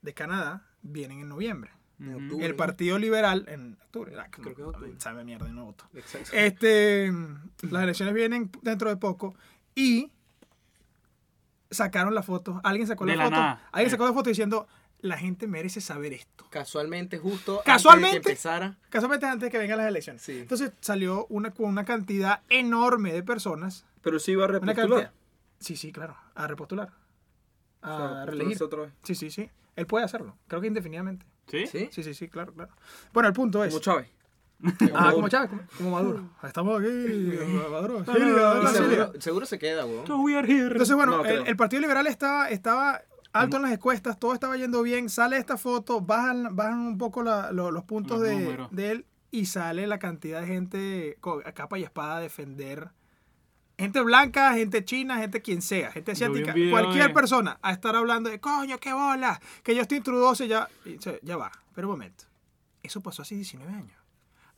A: De Canadá vienen en noviembre.
F: En
B: Ujú.
F: octubre,
A: El
F: ¿no?
A: Partido Liberal en octubre. Ah,
F: Creo que es octubre.
A: Sabe mierda, yo no voto.
F: Exacto.
A: Este, las elecciones vienen dentro de poco y sacaron la foto. Alguien sacó
B: De
A: la,
B: la
A: foto.
B: nada. Eh.
A: Alguien sacó la foto diciendo, la gente merece saber esto.
F: Casualmente, justo
A: Casualmente.
F: antes de que empezara.
A: Casualmente antes de que vengan las elecciones.
F: Sí.
A: Entonces salió una, con una cantidad enorme de personas.
G: Pero sí iba a
A: Una
G: repostular.
A: cantidad. Sí, sí, claro. A repostular.
G: O sea,
A: A
G: postularse
A: reelegir.
G: otra vez.
A: Sí, sí, sí. Él puede hacerlo. Creo que indefinidamente.
B: ¿Sí?
F: ¿Sí?
A: Sí, sí, sí, claro, claro. Bueno, el punto es.
G: Como Chávez.
A: Ah, como Chávez, como, como Maduro. Estamos aquí. Maduro. Siria,
F: Y
A: Maduro, Siria.
F: seguro, seguro se queda, weón.
B: we are here.
A: Entonces, bueno,
G: No, creo.
A: el, el Partido Liberal estaba, estaba alto en las encuestas, todo estaba yendo bien, sale esta foto, bajan, bajan un poco la- lo- los puntos
B: Los
A: de,
B: números.
A: de él y sale la cantidad de gente co- a capa y espada a defender. Gente blanca, gente china, gente quien sea, gente
B: Yo vi un
A: asiática,
B: video
A: cualquier
B: de-
A: persona a estar hablando de coño, qué bola, que yo estoy intrudoso y ya, y se- ya va. Pero un momento, eso pasó hace 19 años.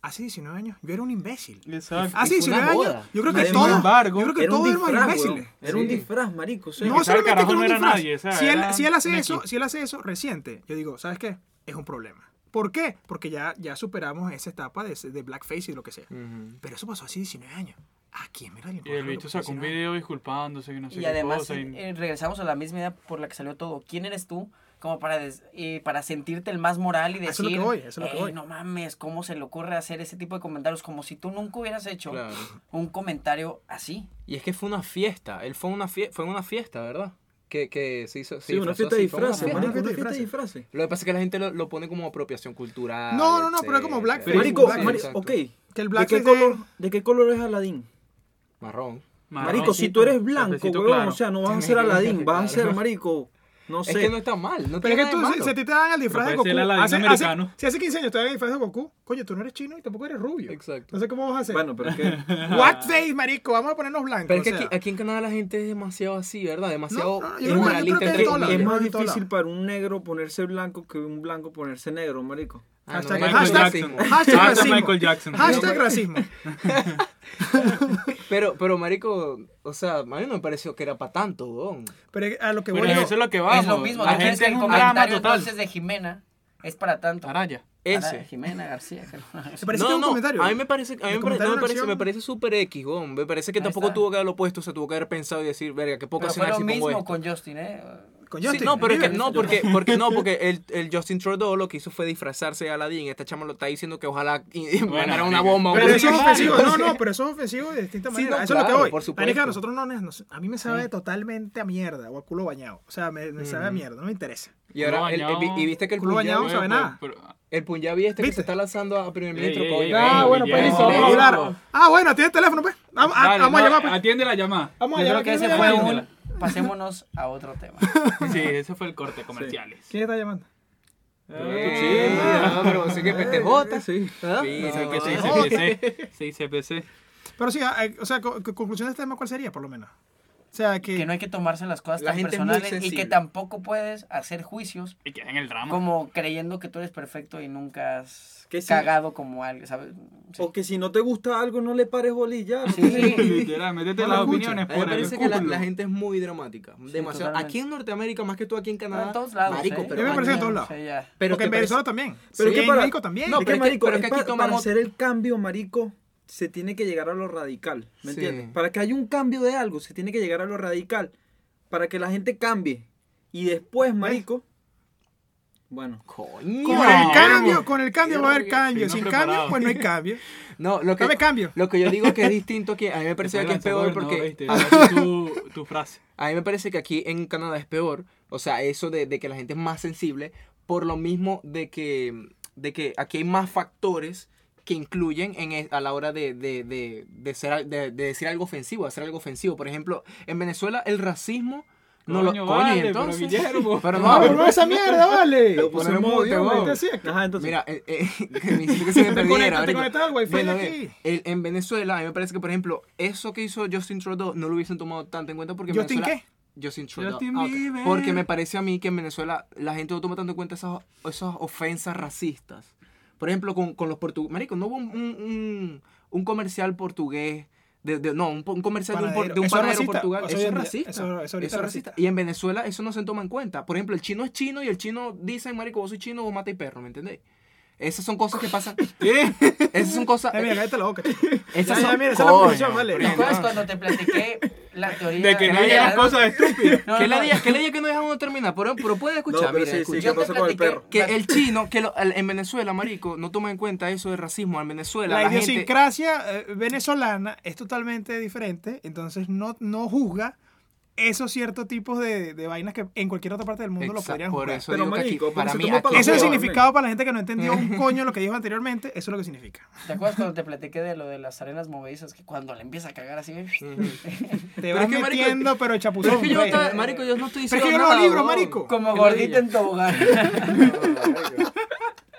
A: Hace 19 años yo era un imbécil.
B: Exacto.
A: Hace
F: Y fue una
A: 19 años
F: boda.
A: yo creo que
G: Sin
A: todos,
B: embargo,
A: yo creo que
G: Era un
A: todos éramos
G: disfraz,
A: imbéciles.
G: weón. Era un disfraz, marico. sí.
A: No
B: quizás el
A: solamente
B: carajo
A: que era
B: no
A: un
B: era
A: disfraz.
B: nadie, o sea,
A: si, él,
B: era
A: si él hace
B: un
A: eso,
B: equipo.
A: si él hace eso reciente, yo digo, ¿sabes qué? Es un problema. ¿Por qué? Porque ya, ya superamos esa etapa de, ese- de blackface y lo que sea.
F: Ujú.
A: Pero eso pasó hace 19 años. ¿A quién me
B: Y el bicho sacó un video disculpándose que no sé
D: Y
B: qué
D: además
B: cosa. y-
D: eh, regresamos a la misma idea por la que salió todo. ¿Quién eres tú? Como para, des- eh, para sentirte el más moral y
A: Eso es lo
D: decir,
A: que voy, eso es lo que
D: "Ey,
A: voy".
D: no mames, ¿cómo se le ocurre hacer ese tipo de comentarios? Como si tú nunca hubieras hecho
F: Claro.
D: un comentario así.
F: Y es que fue una fiesta. Él fue una fiesta, fue una fiesta, ¿verdad? Que, que se hizo. se
G: Sí, una
F: disfrazó
G: fiesta de
F: así, fue una
G: disfraces,
F: fiesta.
A: Una
G: marico. Una
A: fiesta
G: fiesta
A: de
G: de disfraces.
F: Lo que pasa es que la gente lo, lo pone como apropiación cultural. este,
A: No, no, no, pero es como
F: etcétera.
A: blackface.
G: Marico,
A: Blackface.
G: mari-
F: Exacto.
G: ok.
A: Que el
G: ¿De
A: blackface
G: qué,
A: de-
G: color, ¿De qué color es Aladín?
F: Marrón.
G: Marico, si tú eres blanco,
B: cafecito
G: weón,
B: claro.
G: o sea, no vas a ser Aladín, vas a ser,
F: Claro.
G: marico, no sé.
F: Es que no está mal.
A: Pero
F: No tiene
A: es que tú,
F: nada de
A: si,
F: malo.
A: si a ti te dan el disfraz de
B: Pero
A: Goku,
B: puede ser el Aladín
A: hace, hace-
B: americano.
A: si hace 15 años te dan el disfraz de Goku, coño, tú no eres chino y tampoco eres rubio.
F: Exacto.
A: Entonces, ¿cómo vas a hacer?
G: Bueno, pero es que...
A: What face, marico, vamos a ponernos blancos.
F: Pero es que
A: o sea.
F: aquí, aquí en Canadá la gente es demasiado así, ¿verdad?
A: no, yo
F: Demasiado
A: creo que- yo creo
F: inmoralista.
A: que en
F: entre
A: todo lado.
F: comillas.
G: es
A: Yo creo
G: más
A: que en todo
G: difícil
A: lado.
G: para un negro ponerse blanco que un blanco ponerse negro, marico.
F: Ah, no,
A: Hashtag-
F: Michael
A: hashtag-
F: Jackson.
A: Hashtag
B: Hasta
A: racismo.
B: Michael Jackson.
A: Hashtag racismo.
F: Pero, pero, marico, o sea, a mí no me pareció que era para tanto, weón.
A: Pero a lo que
B: Pero
A: voy
B: eso
A: yo-
B: es lo que vamos.
D: es lo mismo.
B: La
D: ¿Tú crees
B: gente
D: que
B: es
D: el
B: un drama
D: comentario
B: total.
D: entonces de Jimena es para tanto?
B: Araya.
D: Para
F: Ese.
D: Jimena García. cabrón.
A: ¿Te parece que es un comentario?
F: A mí me parece, a mí
A: El
F: me parece, no,
A: comentario
F: me
A: en
F: parece,
A: acción.
F: me parece súper X, weón. Me parece que
D: Ahí
F: tampoco
D: está.
F: tuvo que haber lo opuesto, se tuvo que haber pensado y decir, verga, qué poco
D: Pero
F: se
D: fue
F: me
D: lo
F: hace como
D: mismo
F: esto.
D: con Justin, ¿eh?
A: Con
F: Sí,
A: Justin.
F: no, pero es que
A: Bieber.
F: no, porque, porque no, porque el, el Justin Trudeau lo que hizo fue disfrazarse de Aladdin. Esta chama lo está diciendo que ojalá y- y
B: Bueno,
F: mandara
B: sí.
F: una bomba.
A: Pero
F: weón.
A: eso es
B: Mario,
A: ofensivo,
F: o
A: no,
F: sea,
A: no, pero eso es ofensivo de distintas
F: Sí, no,
A: maneras. eso es lo
F: claro,
A: que voy.
F: por
A: Marica,
F: supuesto.
A: nosotros no, nos- a mí me sabe totalmente a mierda o a culo bañado. O sea, me, me sabe a mierda, no me interesa.
F: Y ahora, el- el-
B: Bañado.
F: y viste que el
A: Culo bañado, sabe
F: punjabi,
B: Pero-
A: nada.
B: pero-
F: el punjabi este que
A: ¿Viste?
F: se está lanzando a primer
B: Ey,
F: ministro.
B: ey,
F: con-
B: ey,
A: Ah,
B: ey,
A: bueno,
B: ey,
A: pues
B: ey,
A: listo,
B: ey,
A: vamos a
B: ey,
A: hablar.
B: ey.
A: Ah, bueno, tiene el teléfono, pues. Vamos, a,
B: Dale,
A: vamos a
B: no, ah,
A: llamar, pues.
B: Atiende la llamada.
A: Vamos a
D: Yo creo
A: llamar.
D: que
A: ¿quién
D: ese
A: está
D: fue
A: llamando?
D: un... Pasémonos a otro tema.
B: Sí, ese fue el corte comerciales.
A: ¿Quién está llamando?
F: Eh, Sí, no, pero sé que PTJ.
G: Sí.
B: ¿Ah?
F: Sí, sé que
B: CPC,
F: PTJ.
B: CPC. Sí, CPC.
A: Pero sí, ah, eh, o sea, co- co- conclusión de este tema, ¿cuál sería, por lo menos? O sea, que...
D: Que no hay que tomarse las cosas
F: La
D: tan
F: gente es muy
D: personales y
F: sensible.
D: que tampoco puedes hacer juicios
B: Y queda en el
F: Ah.
B: drama.
D: como creyendo que tú eres perfecto y nunca has
G: Que sí.
D: cagado como algo, ¿sabes? Sí.
G: O que si no te gusta algo, no le pares bolilla.
B: Literal, métete
A: No
B: las
A: lo escucho.
B: opiniones
F: A mí me
B: por el
F: parece que la,
B: culo.
F: la gente es muy dramática. demasiado.
D: totalmente.
F: Aquí en Norteamérica, más que tú aquí en
D: No,
F: Canadá.
D: en todos lados.
F: Ah, Marico,
D: ¿eh?
F: pero.
A: A mí me parece que en todos
D: Sí,
A: lados.
D: ya.
A: Porque
F: pero te
A: en
F: parece-
A: Venezuela también.
G: Pero
A: Sí,
G: que
A: en
G: para-
A: México también.
F: No,
A: Sí,
G: Es que,
F: pero es que-
G: marico,
F: pero
G: es
F: es que
G: pa-
F: aquí
G: para
F: tomamos-
G: hacer el cambio, marico, se tiene que llegar a lo radical, ¿me
F: Sí.
G: entiendes? Para que haya un cambio de algo, se tiene que llegar a lo radical, para que la gente cambie. Y
F: Pues,
G: después, marico, bueno,
F: Coño.
A: Con
B: No,
A: el cambio, con el cambio va a haber
F: Sí,
A: cambio.
B: no
A: Sin
B: preparado.
A: cambio, pues no hay cambio.
F: No, lo que.
A: Dame cambio.
F: Lo que yo digo que es distinto que a mí me parece que es
B: Esperanza,
F: peor
B: gobernador,
F: porque
B: este, ahora sí tu, tu frase.
F: a mí me parece que aquí en Canadá es peor, o sea, eso de, de que la gente es más sensible por lo mismo de que de que aquí hay más factores que incluyen en es- a la hora de, de, de, de ser al- de- de decir algo ofensivo, hacer algo ofensivo. Por ejemplo, en Venezuela el racismo no lo
B: Coño,
F: coño, ¿y
B: vale, pero
F: entonces.
B: Guillermo.
F: Pero
A: No,
F: no,
A: pero no esa mierda, vale.
F: Lo puse en mute,
A: Dios,
F: wow.
A: vete así, acá.
G: ajá, entonces,
F: Mira, eh, eh, que me hiciste que se me
A: Te
F: perdiera.
A: conecta- te
F: ahorita.
A: conecta al wifi
F: Bueno,
A: de
F: eh,
A: aquí.
F: el- en Venezuela, a mí me parece que, por ejemplo, eso que hizo Justin Trudeau no lo hubiesen tomado tanto en cuenta porque en
A: ¿Justin
F: Venezuela- Justin Trudeau.
B: Justin
F: Ah, ok.
B: Bieber.
F: Porque me parece a mí que en Venezuela la gente no toma tanto en cuenta esas, esas ofensas racistas. Por ejemplo, con, con los portugueses. Marico, no hubo un, un- un- un comercial portugués. De, de- no, un, po- un comercial de un, por- de un
A: Panadero. Eso es
F: panadero
A: racista.
F: portugal.
A: Eso
F: Eso,
A: hoy en
F: es
A: día-
F: racista.
A: eso- eso ahorita es racista.
F: Y en Venezuela eso no se toma en cuenta. Por ejemplo, el chino es chino y el chino dice, marico, vos soy chino, vos mata y perro, ¿me entendéis? Esas son cosas que pasan. Esas son cosas.
A: Eh, mira, cállate la boca. chico.
F: Esas
A: Ya, ya,
F: son
A: mira, esa es la
F: cosas.
A: conclusión, vale.
D: ¿Te acuerdas pues, cuando te platiqué la teoría?
B: De que no digas cosas estúpidas.
D: No,
F: ¿Qué
D: no,
F: le
D: no.
F: diga que, no dejamos terminar? Pero, pero puedes
G: no,
F: escuchar,
G: pero
F: mira,
G: sí, sí,
F: escucha.
G: ¿qué
D: Yo te
G: pasó con el
D: platiqué-
G: perro?
F: Que el chino, que lo- el- en Venezuela, marico, no toma en cuenta eso de racismo. En Venezuela,
A: La,
F: la, gente.
A: idiosincrasia eh, venezolana es totalmente diferente, entonces no, no juzga esos ciertos tipos de, de vainas que en cualquier otra parte del mundo lo
F: Exacto,
A: podrían
F: por
A: juzgar.
F: eso
G: Pero,
F: digo que aquí,
G: marico, porque
F: para
G: se
F: mí,
G: toma
F: aquí-
G: para
A: Ese es el
G: Obviamente.
A: significado para la gente que no entendió un coño lo que dijo anteriormente, eso es lo que significa.
D: ¿Te acuerdas cuando te platiqué de lo de las arenas movedizas? Que cuando le empieza a cagar así,
A: Te
F: Pero
A: vas
F: es que, marico,
A: metiendo, pero chapuzón.
F: Pero es que yo no,
A: güey.
F: estaba- marico, yo no estoy
A: Pero es
F: diciendo.
A: que yo no
F: nada,
A: hago libro,
F: huevón.
A: marico.
D: como
F: Qué
D: gordita
F: maravilla.
D: en tobogán.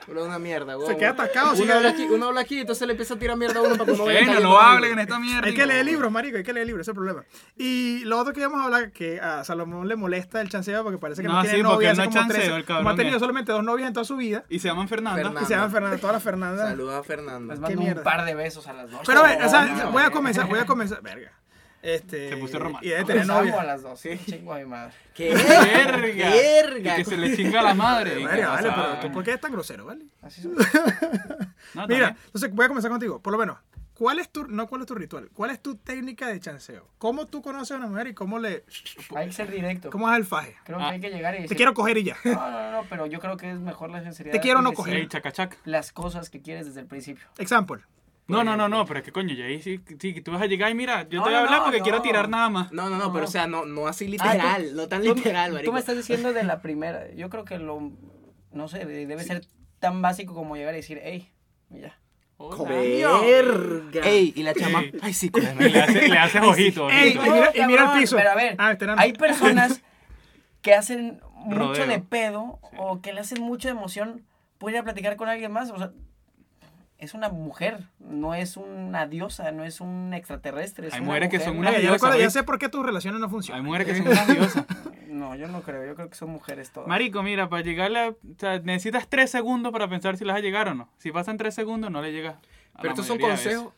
F: Pero es una mierda, huevón.
A: Se queda atacado, sigue-
F: Uno habla aquí, uno habla aquí, entonces le empieza a tirar mierda a uno para que uno vaya
B: Bueno,
F: cayendo.
B: no hablen esta mierda.
A: Hay que leer libros, marico, hay que leer libros, ese es el problema. Y lo otro que íbamos a hablar, que a Salomón le molesta el chanceo porque parece que no,
B: No,
A: tiene
B: sí, porque
A: novia,
B: no
A: hace
B: es
A: como
B: chanceo,
A: tres-
B: el cabrón
A: como ha tenido
B: es.
A: solamente dos novias en toda su vida,
B: Y se llaman Fernanda.
F: Fernanda.
A: que se llaman Fernanda, todas las Fernandas.
F: Saluda a Fernando.
D: Les
A: Qué
D: mando
A: mierda.
D: un par de besos a las dos.
A: Pero a ver, o sea,
D: No, no,
A: voy a
D: no.
A: comenzar, voy a comenzar, verga. Este,
B: Se puso romántico.
A: Y debe tener
D: Los amo a
A: novia.
D: las dos. Chingo a mi madre.
F: ¡Qué
B: Verga.
F: verga!
B: Y que se le chinga a la madre. ¿Y qué
A: Verga, vale,
B: pasa?
A: pero ¿tú ¿por qué es tan grosero, vale?
D: Así son.
B: No,
A: Mira,
B: también.
A: entonces voy a comenzar contigo, por lo menos. ¿Cuál es tu, no cuál es tu ritual? ¿Cuál es tu técnica de chanceo? ¿Cómo tú conoces a una mujer y cómo le,
D: Hay que ser directo.
A: cómo es el faje?
D: Creo que hay que llegar y decir.
A: Te quiero coger y ya.
D: No, no, no, pero yo creo que es mejor la sinceridad.
A: Te quiero
D: y
A: no
D: decir
A: coger.
B: Ey, chacachac.
D: Las cosas que quieres desde el principio.
A: Example.
B: No, no, no, no, pero es que coño, ya ahí sí, sí, tú vas a llegar y mira, yo
D: No,
B: te voy a
D: no,
B: hablar
D: no,
B: porque quiero
D: no.
B: tirar nada más.
F: No, no, no, pero o sea, no, no así
D: Ah, tú-
F: literal, no tan
D: tú-
F: literal,
D: Tú
F: marico.
D: me estás diciendo de la primera. Yo creo que lo. No sé, de- debe ser tan básico como llegar y decir, hey, y ya.
G: Verga.
F: Ey, y la chama.
B: Sí.
F: Ay, sí, cómo
B: Y le haces le haces ojitos.
A: Ey,
B: ojitos.
A: y mira- y mira el
D: cabrón,
A: piso.
D: Pero a ver,
A: Ah, espérame.
D: hay personas que hacen mucho
B: Rodeo.
D: de pedo o que le hacen mucha emoción por ir a platicar con alguien más. O sea, es una mujer, no es una diosa, no es un extraterrestre. es
B: Hay
D: una
B: mujeres que
D: mujer.
B: son
A: Mira,
B: unas
A: ya, recuerdo,
B: diosas.
A: ya
B: ¿ves?
A: sé por qué tus relaciones no
B: Hay
A: funcionan.
B: mujeres que son unas diosas.
D: No, yo no creo, yo creo que son mujeres todas.
B: Marico, mira, para llegarle, a- o sea, necesitas tres segundos para pensar si le vas a llegar o no. Si pasan tres segundos, no le llegas. a
F: Pero
B: la
F: estos son
B: mayoría de veces.
F: consejos.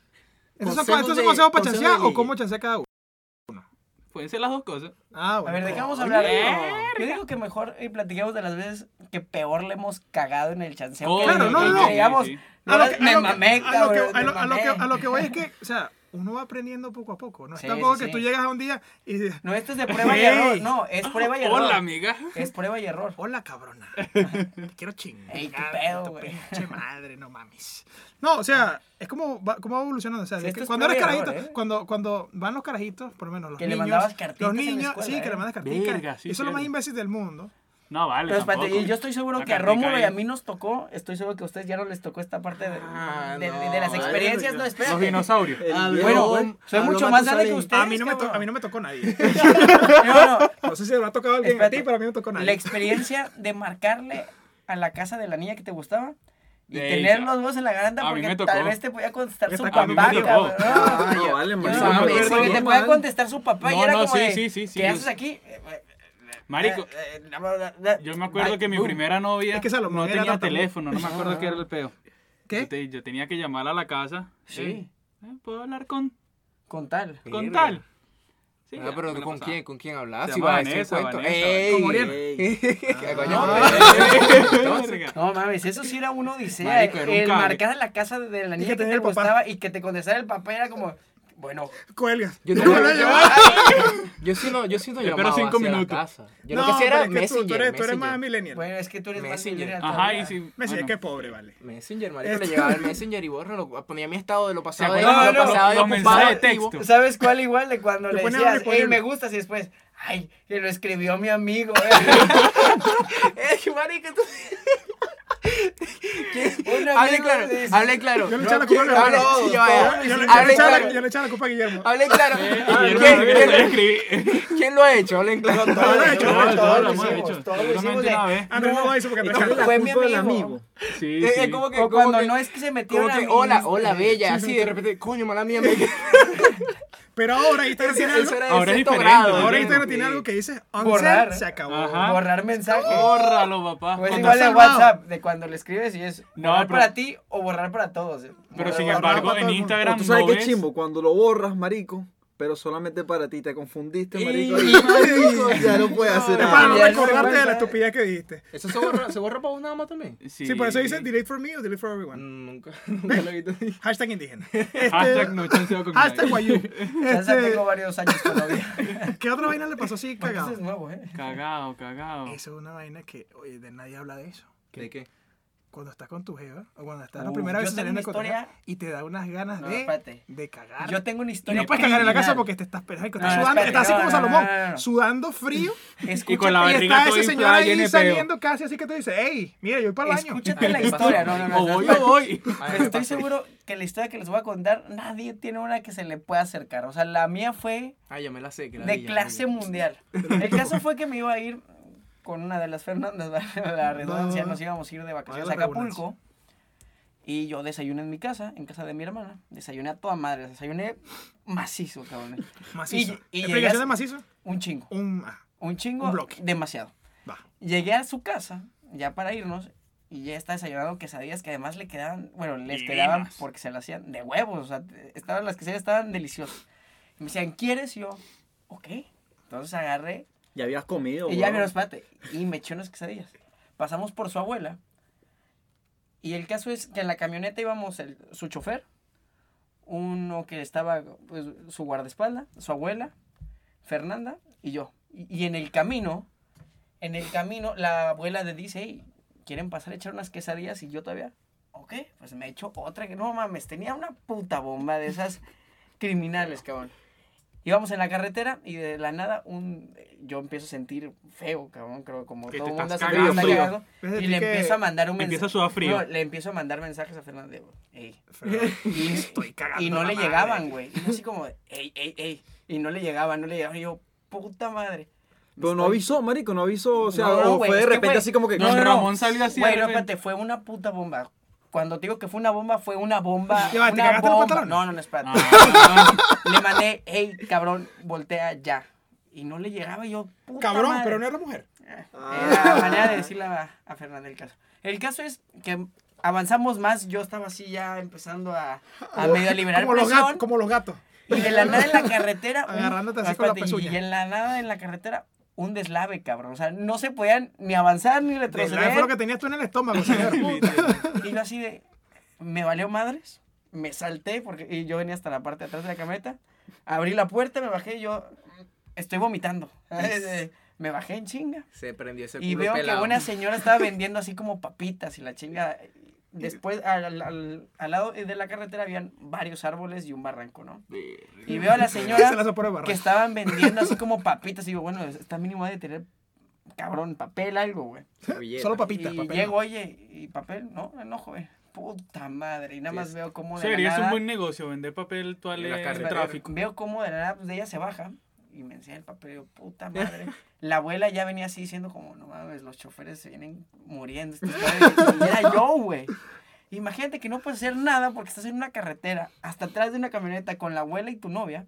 A: ¿Estos son,
F: consejos
A: estos son
F: de-
A: consejos para
F: consejos
A: chancear
F: de
A: o
F: ligue.
A: cómo chancear cada uno?
B: Pueden ser las dos cosas.
A: Ah,
D: A
A: bueno.
D: ver, ¿de qué
A: como-
D: vamos a hablar?
B: Verga.
D: Yo digo que mejor eh, platiquemos de las veces que peor le hemos cagado en el chanceo.
B: Coño,
D: que-
A: Claro, no,
D: que
A: no, no.
D: Digamos,
B: Sí, sí.
A: A lo que- a
D: me
A: lo que-
D: mamé,
A: a lo que-
D: cabrón,
A: a lo-
D: me
A: a lo que-
D: mamé.
A: A lo que voy es que, o sea, uno va aprendiendo poco a poco. No es
D: Sí,
A: tampoco
D: sí,
A: que
D: sí.
A: tú llegas a un día y dices,
D: No, esto es de prueba y
A: Ey.
D: error. No, es prueba y error.
B: Hola, amiga.
D: Es prueba y error.
A: hola cabrona, te quiero chingar.
D: Ey, qué pedo,
A: tu
D: güey.
A: pinche madre, no mames. No, o sea, es como va, como va evolucionando. O sea,
D: Sí,
A: de
D: esto
A: que
D: es
A: cuando eres
D: prueba y error,
A: carajito,
D: ¿eh?
A: cuando, cuando van los carajitos, por lo menos los
D: Que le
A: niños.
D: mandabas cartitas
A: los
D: en la
A: niños,
D: escuela,
A: sí, que
D: ¿eh?
A: le mandas cartitas.
B: Verga, sí,
A: Eso es lo más
B: cierto.
A: imbécil del mundo.
B: No, vale.
D: Pero espérate,
B: tampoco.
D: y yo estoy seguro
B: La
D: que a
B: cartica
D: Rómulo y
B: ahí.
D: a mí nos tocó. Estoy seguro que a ustedes ya no les tocó esta parte de,
F: Ah,
D: de-
F: no,
D: de- de las
F: vale,
D: experiencias.
F: yo-
D: No,
B: Los
D: espérate.
B: dinosaurios.
G: El
D: Bueno,
G: viejo-
D: soy
F: Habló
D: mucho más grande que
F: Matusalén.
D: ustedes.
A: A mí, no me to-
D: cabrón.
A: a mí no me tocó nadie.
D: No, no,
A: No sé si habrá tocado alguien a
D: Espérate.
A: ti, pero a mí no tocó nadie.
D: La experiencia de marcarle a la casa de la niña que te gustaba y
B: De
D: tener
B: ella.
D: los huevos en la garganta
B: A mí
D: porque
B: me tocó.
D: tal vez te podía contestar
A: Esta
D: su
A: a mí me
D: papá.
A: tocó.
D: cabrón.
G: Ah,
D: Yo-
G: no, vale,
D: yo
G: marico,
D: no mames,
B: me acuerdo.
D: porque te podía contestar su papá y
B: No,
D: era
B: no,
D: como
B: sí,
D: de,
B: sí, sí, sí,
D: ¿qué
B: yo-
D: haces aquí? Eh, eh,
B: Marico,
D: eh, eh, la- la-
B: yo me acuerdo que mi
D: Boom.
B: primera novia
A: Es que Salomón
B: no
A: era
B: tenía
A: tartamudo.
B: teléfono, no me acuerdo qué era el peo.
A: ¿Qué?
B: Yo, te- yo tenía que llamar a la casa.
D: Sí,
B: Eh, ¿Puedo hablar con,
D: con tal.
B: con
F: Verga.
B: tal? Sí,
F: Ah, pero
B: me la
F: ¿con
B: pasaba.
F: quién? ¿Con quién hablabas?
B: Se
F: Si
B: llama
F: va a decir
B: Vanessa,
F: cuento.
B: Vanessa.
F: ¡Ey!
A: Con Oriana.
F: ey. ¿Qué coño?
B: Verga.
D: No mames, eso sí era una odisea.
B: Marico, era un
D: el
B: cable.
D: marcar la casa de la niña
A: que
D: que,
A: tenía
D: te
A: el papá.
D: gustaba y que te contestara el papá era como, bueno,
A: Cuelgas.
F: Yo
A: No
F: tengo-
A: me lo llevas.
F: Yo sí no, yo sí no
B: Espero
F: llamaba
B: cinco
F: hacia la
B: minutos.
F: casa. Yo
A: No,
F: lo que sí
A: pero
F: era
A: es que tú, tú
F: Messenger,
A: eres, tú eres más
F: Messenger.
A: millennial.
D: bueno, es que tú eres más
F: Messenger.
D: millennial
B: Ajá,
D: todavía".
B: y si.
A: Me decía,
B: bueno.
A: qué pobre, vale.
F: Messenger, marico, le llegaba el Messenger y borra, lo ponía mi estado de lo pasado
B: ¿Se
F: de,
D: acuerdan
F: lo
D: los-
F: pasado de
B: los
F: ocupado
B: mensajes de
F: activo.
B: texto?
D: ¿Sabes cuál igual de cuando
A: Te
D: le
A: pone
D: decías,
A: irreponible.
D: hey, me gustas? Y después, ay, que lo escribió mi amigo.
F: Ey, marico, tú...
D: Una
F: Hable
D: vez
F: claro,
D: lo dices.
F: hable claro.
A: Yo le echaba la culpa a
F: No, no,
A: Guillermo.
F: sí, yo, eh, vaya.
A: Yo le- yo le
F: Hable
A: echaba
F: claro.
A: la- yo le echaba la culpa a Guillermo.
F: Hable claro.
B: Y yo
F: ¿Quién-
B: no
F: quién-
B: sabía escribir.
F: ¿Quién lo ha hecho? Hablen claro.
A: Todo lo he hecho,
B: Todos,
A: todo
B: todos
A: lo
B: lo
A: hemos
B: hemos
A: hecho.
B: hecho.
D: todos lo hicimos
B: Seguramente
D: de-
B: una vez.
A: Ah, no, no lo hizo porque me
G: Echarle la
D: Fue mi
G: culpa al
D: amigo.
G: amigo.
B: Sí,
F: Es,
B: sí.
F: es como que.
D: O
F: como
D: cuando
F: que-
D: no es que se metió
F: Como
D: una
F: que,
D: mis-
F: hola, hola, bella, así de repente, coño, mala mía, me
A: Pero ahora Instagram tiene algo.
F: Eso era de
B: Ahora es
F: sexto
B: diferente,
F: grado,
B: ahora
A: Ahora
F: ¿no?
A: Instagram tiene
F: Sí.
A: algo que dice
D: Borrar.
A: once se acabó.
B: Ajá.
D: borrar mensajes.
F: Oh,
B: Bórralo, papá.
D: Pues
A: Cuando
D: igual de
A: estás armado.
D: WhatsApp, de cuando le escribes y es
B: Ah, No,
D: borrar
B: pero-
D: para ti o borrar para todos. eh.
B: Pero
D: Borrar,
B: sin
D: borrar.
A: para
B: embargo,
A: todo el
B: en
A: mundo.
G: O
B: Instagram
G: tú
B: no
G: sabes qué
B: ves.
G: chimbo, cuando lo borras, marico, pero solamente para ti, te confundiste, marico.
F: Y-
G: Y, marico, ya no puedes hacer
A: Es para no
G: nada.
D: ya no
A: recordarte de la
D: recuerda.
A: estupidez que dijiste.
F: ¿Eso se borra, se borra para vos nada más también?
A: Sí, por eso dice delete for me o delete for everyone.
F: Mm, Nunca, nunca lo he visto.
A: Hashtag indígena. Este,
B: Hashtag no chanceo con
A: Hashtag
B: nadie.
A: guayú.
D: Ya
A: Este,
D: se tengo varios años todavía.
A: ¿Qué otra vaina le pasó así
D: Porque Eso
A: cagado?
D: es nuevo, ¿eh?
B: Cagao, cagao.
A: Eso es una vaina que, oye, de nadie habla de eso.
F: ¿De qué?
A: Cuando estás con tu jeva, o cuando estás la
D: Uh,
A: primera
D: yo
A: vez
D: tengo
A: saliendo
D: una
A: con tu jeva,
D: historia-
A: y te da unas ganas
D: No,
A: de,
D: espérate.
A: de cagar.
D: Yo tengo una
A: y
D: historia.
A: no puedes cagar en la casa
D: criminal.
A: porque te estás, marico,
D: No,
A: estás
D: no,
A: sudando,
D: espérate,
A: estás así
D: no,
A: como
D: no,
A: Salomón,
D: no, no, no.
A: sudando frío.
B: Y con la
A: Y
B: barriga
A: está
B: toda
A: ese señor
B: inflada, llena
A: ahí
B: de
A: saliendo casi así que te dice, hey, mira, yo voy para el baño.
D: Escúchate la historia. No, no, no.
B: O voy o voy.
D: Pero estoy seguro que la historia que les voy a contar, nadie tiene una que se le pueda acercar. O sea, la mía fue
F: Ah, ya me la sé. Que la
D: de
F: vi, ya,
D: clase
F: ya.
D: mundial. El caso fue que me iba a ir con una de las Fernandas, ¿verdad? la redundancia,
A: No.
D: nos íbamos a ir de vacaciones a
A: Vaya la
D: Acapulco. Y yo desayuné en mi casa, en casa de mi hermana. Desayuné a toda madre, desayuné macizo, cabrón.
A: Macizo.
D: Y- y
A: ¿Explicación
D: llegas-
A: de macizo?
D: Un chingo,
A: Un... ah,
D: un chingo,
A: Un bloque.
D: demasiado.
A: Va.
D: Llegué a su casa, ya para irnos, y ya está desayunando quesadillas que además le quedaban, bueno, les
B: Divinas.
D: quedaban porque se las hacían de huevos, o sea, te- estaban, las quesadillas estaban deliciosas. Y me decían, ¿quieres? Y yo, ok. Entonces agarré,
G: Ya habías comido,
D: y ya,
G: weón.
D: pero espérate, y me eché unas quesadillas. Pasamos por su abuela, y el caso es que en la camioneta íbamos el- su chofer, uno que estaba, pues, su guardaespaldas, su abuela, Fernanda y yo. Y, y en el camino, en el camino, la abuela le dice, "Ey, ¿quieren pasar a echar unas quesadillas? Y yo todavía, ok, pues me echo otra. que No mames, tenía una puta bomba de esas criminales, cabrón. Íbamos en la carretera y de la nada un, yo empiezo a sentir feo, cabrón, creo como
B: Que te
D: todo el
B: estás
D: mundo hace
B: cagando.
D: está
A: Frío.
D: cagado.
A: Empiezas a
D: Y
A: sentir
D: le
A: que
D: empiezo a mandar un
B: empieza a
D: mensaje.
B: sudar frío.
D: le empiezo a mandar mensajes a Fernanda. de, "Ey,
A: Fernando,
D: y,
A: Estoy cagando
D: y no
A: la
D: le
A: madre.
D: llegaban, güey. Y yo así como, ey, ey, ey. Y no le llegaban, no le llegaban. Y yo, puta madre.
G: Pero no
D: Estoy-
G: avisó, marico, no avisó. O sea,
D: No,
G: o
D: güey,
G: fue de
D: es que,
G: repente
D: güey,
G: así como que.
B: Don Ramón salió así. de
D: Güey, no,
B: repente.
D: espérate, fue una puta bomba. Cuando te digo que fue una bomba, fue una bomba.
A: Ya va, ¿te
D: una
A: cagaste los
D: bomba.
A: pantalones?
D: No, no, no, espérate.
B: Ah,
D: Le mandé, ey, cabrón, voltea ya. Y no le llegaba y yo, puta
A: Cabrón,
D: madre. Eh,
A: pero no era mujer.
D: Era
G: Ah.
D: la manera de decirle a, a Fernanda el caso. El caso es que avanzamos más. Yo estaba así ya empezando a, a medio liberar
A: Como los, gatos,
D: presión.
A: como los gatos.
D: Y Pues, de la nada en la carretera. un-
A: Agarrándote así con la
D: espérate,
A: pezuña.
D: Y en la nada en la carretera, un deslave, cabrón. O sea, no se podían ni avanzar ni
A: Deslave fue lo que
D: retroceder.
A: tenías tú en el estómago, señor.
D: Y yo así de. Me valió madres. Me salté porque y yo venía hasta la parte de atrás de la camioneta. Abrí la puerta, me bajé y yo. Estoy vomitando. me bajé en chinga.
F: Se prendió ese culo
D: Y veo
F: pelado.
D: que una señora estaba vendiendo así como papitas y la chinga. Después, al, al- al lado de la carretera habían varios árboles y un barranco, ¿no? Y veo a la señora
A: Se la sopó el barranco.
D: que estaban vendiendo así como papitas. Y digo, bueno, está mínimo ha de tener, cabrón, papel, algo, güey.
F: Servilleta.
A: Solo papitas,
D: y
A: papel.
D: llego, oye, ¿y papel? No, no, joven. Puta madre. Y nada más veo cómo de la
B: Sería es un
D: nada-
B: buen negocio vender papel toalé
F: En la
B: en
F: carretera.
B: tráfico.
D: Veo cómo de la nada pues, de ella se baja. y me enseña el papel y yo, puta madre. La abuela ya venía así diciendo como, no mames, los choferes se vienen muriendo. estos cabrones". Y era yo, güey. Imagínate que no puedes hacer nada porque estás en una carretera, hasta atrás de una camioneta con la abuela y tu novia,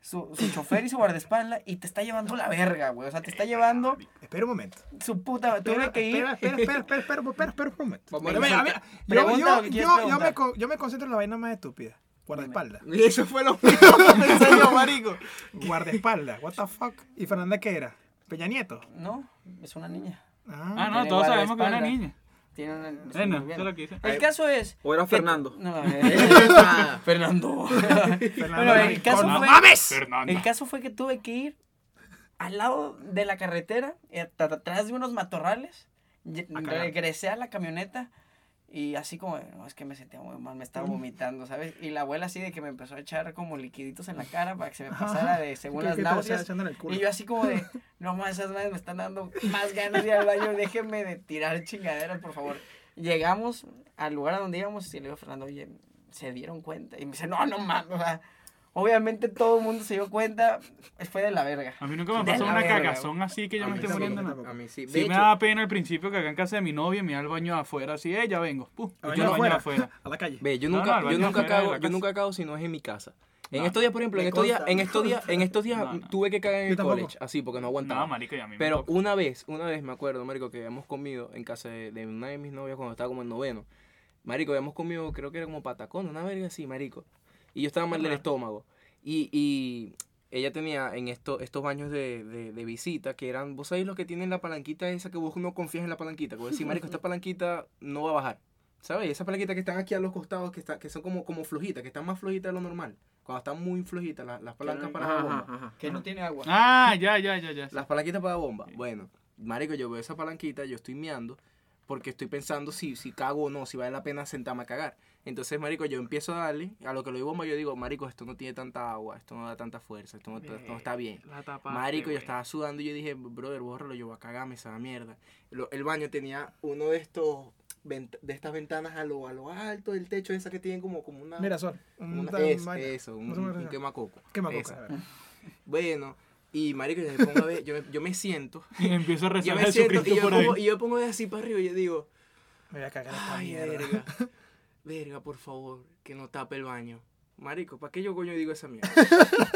D: su, su chofer y su guardaespaldas, y te está llevando la verga, güey. O sea, te está llevando
A: Espera un momento.
D: su puta... Tuve
A: Espera,
D: que ir...
A: espera, espera, espera, espera, espera, espera, espera un momento.
H: Vamos a
A: Yo me- a ver, yo-
D: Pregunta
A: yo-
D: lo que quieras
A: yo- yo
D: preguntar.
A: me con- Yo me concentro en la vaina más estúpida. Guardaespaldas.
H: Y eso fue lo mismo que pensé yo, marico.
A: Guardaespaldas. What the fuck. ¿Y Fernanda qué era? Peña Nieto.
D: No, es una niña.
B: Ah,
A: Ah,
B: no,
D: Tiene
B: todos sabemos que es una
D: guardaespaldas.
B: niña.
D: Tiene una... es una
B: Bueno,
D: lesbiana.
B: eso es lo que dice.
D: El caso es...
I: O era
D: que-
I: Fernando.
D: No, eh, Fernando. bueno, el
A: Rincón.
D: caso
A: ¡No
D: fue...
B: Fernando.
D: El caso fue que tuve que ir al lado de la carretera, eh, at- at- atrás de unos matorrales. y-
A: cagar.
D: Regresé a la camioneta y así como, no, es que me sentía muy mal, me estaba vomitando, ¿sabes? Y la abuela así de que me empezó a echar como liquiditos en la cara para que se me pasara de según
A: ¿Qué-
D: las
A: qué te estás
D: náuseas.
A: echando en el culo?
D: Y yo así como de, no más, esas madres me están dando más ganas de ir al baño, déjenme de tirar chingaderas, por favor. Llegamos al lugar a donde íbamos y le digo a Fernando, oye, ¿se dieron cuenta? Y me dice, no, no mames, o sea, obviamente todo el mundo se dio cuenta, fue de la verga.
B: A mí nunca me
D: De
B: pasó
D: la
B: una
D: verga,
B: cagazón así que yo me
A: mí
B: esté
A: tampoco,
B: muriendo. en la-
A: tampoco.
H: A mí
B: Sí
H: sí. De
B: me
H: hecho,
B: daba pena al principio que acá en casa de mi novia me iba al baño afuera así, eh, ya vengo. Puh,
A: Al
B: yo
A: baño
B: no baño
A: afuera.
B: afuera.
A: A la calle.
H: Ve, yo
B: No,
H: nunca,
B: no, al
H: yo
B: baño
H: nunca
B: afuera de
H: cago,
B: la
H: yo
B: casa.
H: nunca cago si no es en mi casa. En
B: No,
H: estos días, por ejemplo, en
D: me
H: estos días,
D: consta,
H: en
D: me
H: estos días, en estos días
B: No, no.
H: tuve que cagar en
A: Yo
H: el
A: tampoco.
H: college, así porque no aguantaba.
B: No, marico, ya a mí me
H: Pero
B: tocó.
H: una vez, una vez me acuerdo, marico, que habíamos comido en casa de, de una de mis novias cuando estaba como en noveno. Marico, habíamos comido, creo que era como patacón, una verga así, marico. Y yo estaba mal del estómago. Y, y ella tenía en esto, estos baños de, de- de visita que eran, vos sabés los que tienen la palanquita esa que vos no confías en la palanquita. Que vos decís, marico, esta palanquita no va a bajar. ¿Sabes? Esas palanquitas que están aquí a los costados, que, está, que son como, como flojitas, que están más flojitas de lo normal. Cuando están muy flojitas las, las palancas para la bomba.
D: Que no tiene agua.
B: Ah, ya, ya, ya, ya.
H: Las palanquitas para la bomba. Bueno, marico, yo veo esa palanquita, yo estoy meando porque estoy pensando si, si cago o no, si vale la pena sentarme a cagar. Entonces, marico, yo empiezo a darle, a lo que lo digo bomba, yo digo, marico, esto no tiene tanta agua, esto no da tanta fuerza, esto no, esto no está bien.
B: Eh, La tapaste,
H: Marico, yo
B: güey.
H: estaba sudando y yo dije, brother, bórralo, yo voy a cagarme esa mierda. Lo- el baño tenía uno de estos, vent- de estas ventanas a lo, a lo alto del techo, esa que tienen como, como una...
A: Mira, Sol.
H: como
A: un
H: una-
A: tan-
H: es-
A: vaina.
H: eso, un,
A: No sé cómo se
H: un
A: llama.
H: quemacoco.
A: Quemacoco,
H: Esa.
A: a ver.
H: Bueno, y marico, yo me pongo a ver, yo me- yo me siento
B: Y empiezo a rezar
H: yo
B: a
H: me siento y
B: Jesucristo
H: yo,
B: por
H: pongo,
B: ahí.
H: y yo pongo de así para arriba y yo digo,
A: Me voy a cagar esta
H: ay,
A: mierda.
H: verga, verga, por favor, que no tape el baño. Marico, ¿para qué yo coño digo esa mierda?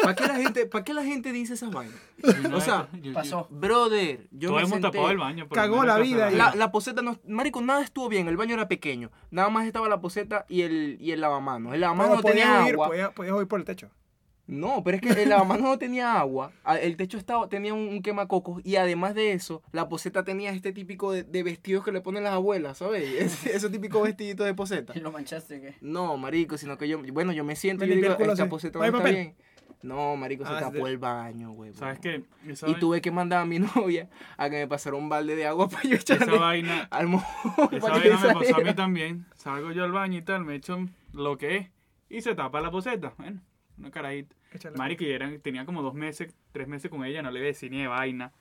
H: ¿Para qué la gente, para qué la gente dice esas vainas?
B: Una
H: O
B: vez-
H: sea,
B: yo- yo-
D: Pasó.
H: Brother, yo
B: Todos
H: me
B: hemos
H: senté-
B: tapado el baño. por lo
A: Cagó
B: menos
A: la
B: hasta
A: vida y-
H: La, la poseta no, marico, nada estuvo bien, el baño era pequeño, nada más estaba la poseta y el, y el lavamanos. El lavamanos
A: Pero
H: no tenía
A: podías huir, pues,
H: agua.
A: podías- podías huir por el techo.
H: No, pero es que el lavamanos no tenía agua, a- el techo estaba, tenía un, un quemacocos y además de eso, la poseta tenía este típico de, de vestidos que le ponen las abuelas, ¿sabes? Ese, ese típico vestidito de poseta.
D: Y lo manchaste, ¿qué?
H: No, marico, sino que yo, bueno, yo me siento y
A: Me
H: yo
A: limpié el
H: digo,
A: culo
H: esta
A: así.
H: poseta no
A: ¿No hay
H: está
A: papel?
H: bien. No, marico, se
A: Ah,
H: tapó
A: sí.
H: el baño, güey.
B: ¿Sabes qué? Esa
H: Y
B: vai-
H: tuve que mandar a mi novia a que me pasara un balde de agua para yo
B: Esa
H: echarle
B: vaina.
H: al mojón.
B: Esa
H: para que
B: vaina me pasó a mí
H: saliera.
B: también. Salgo yo al baño y tal, me echo lo que es. Y se tapa la poseta. Bueno, una carajita.
A: Échale.
B: Marico, y eran, tenía como dos meses, tres meses con ella, no le decía ni de vaina.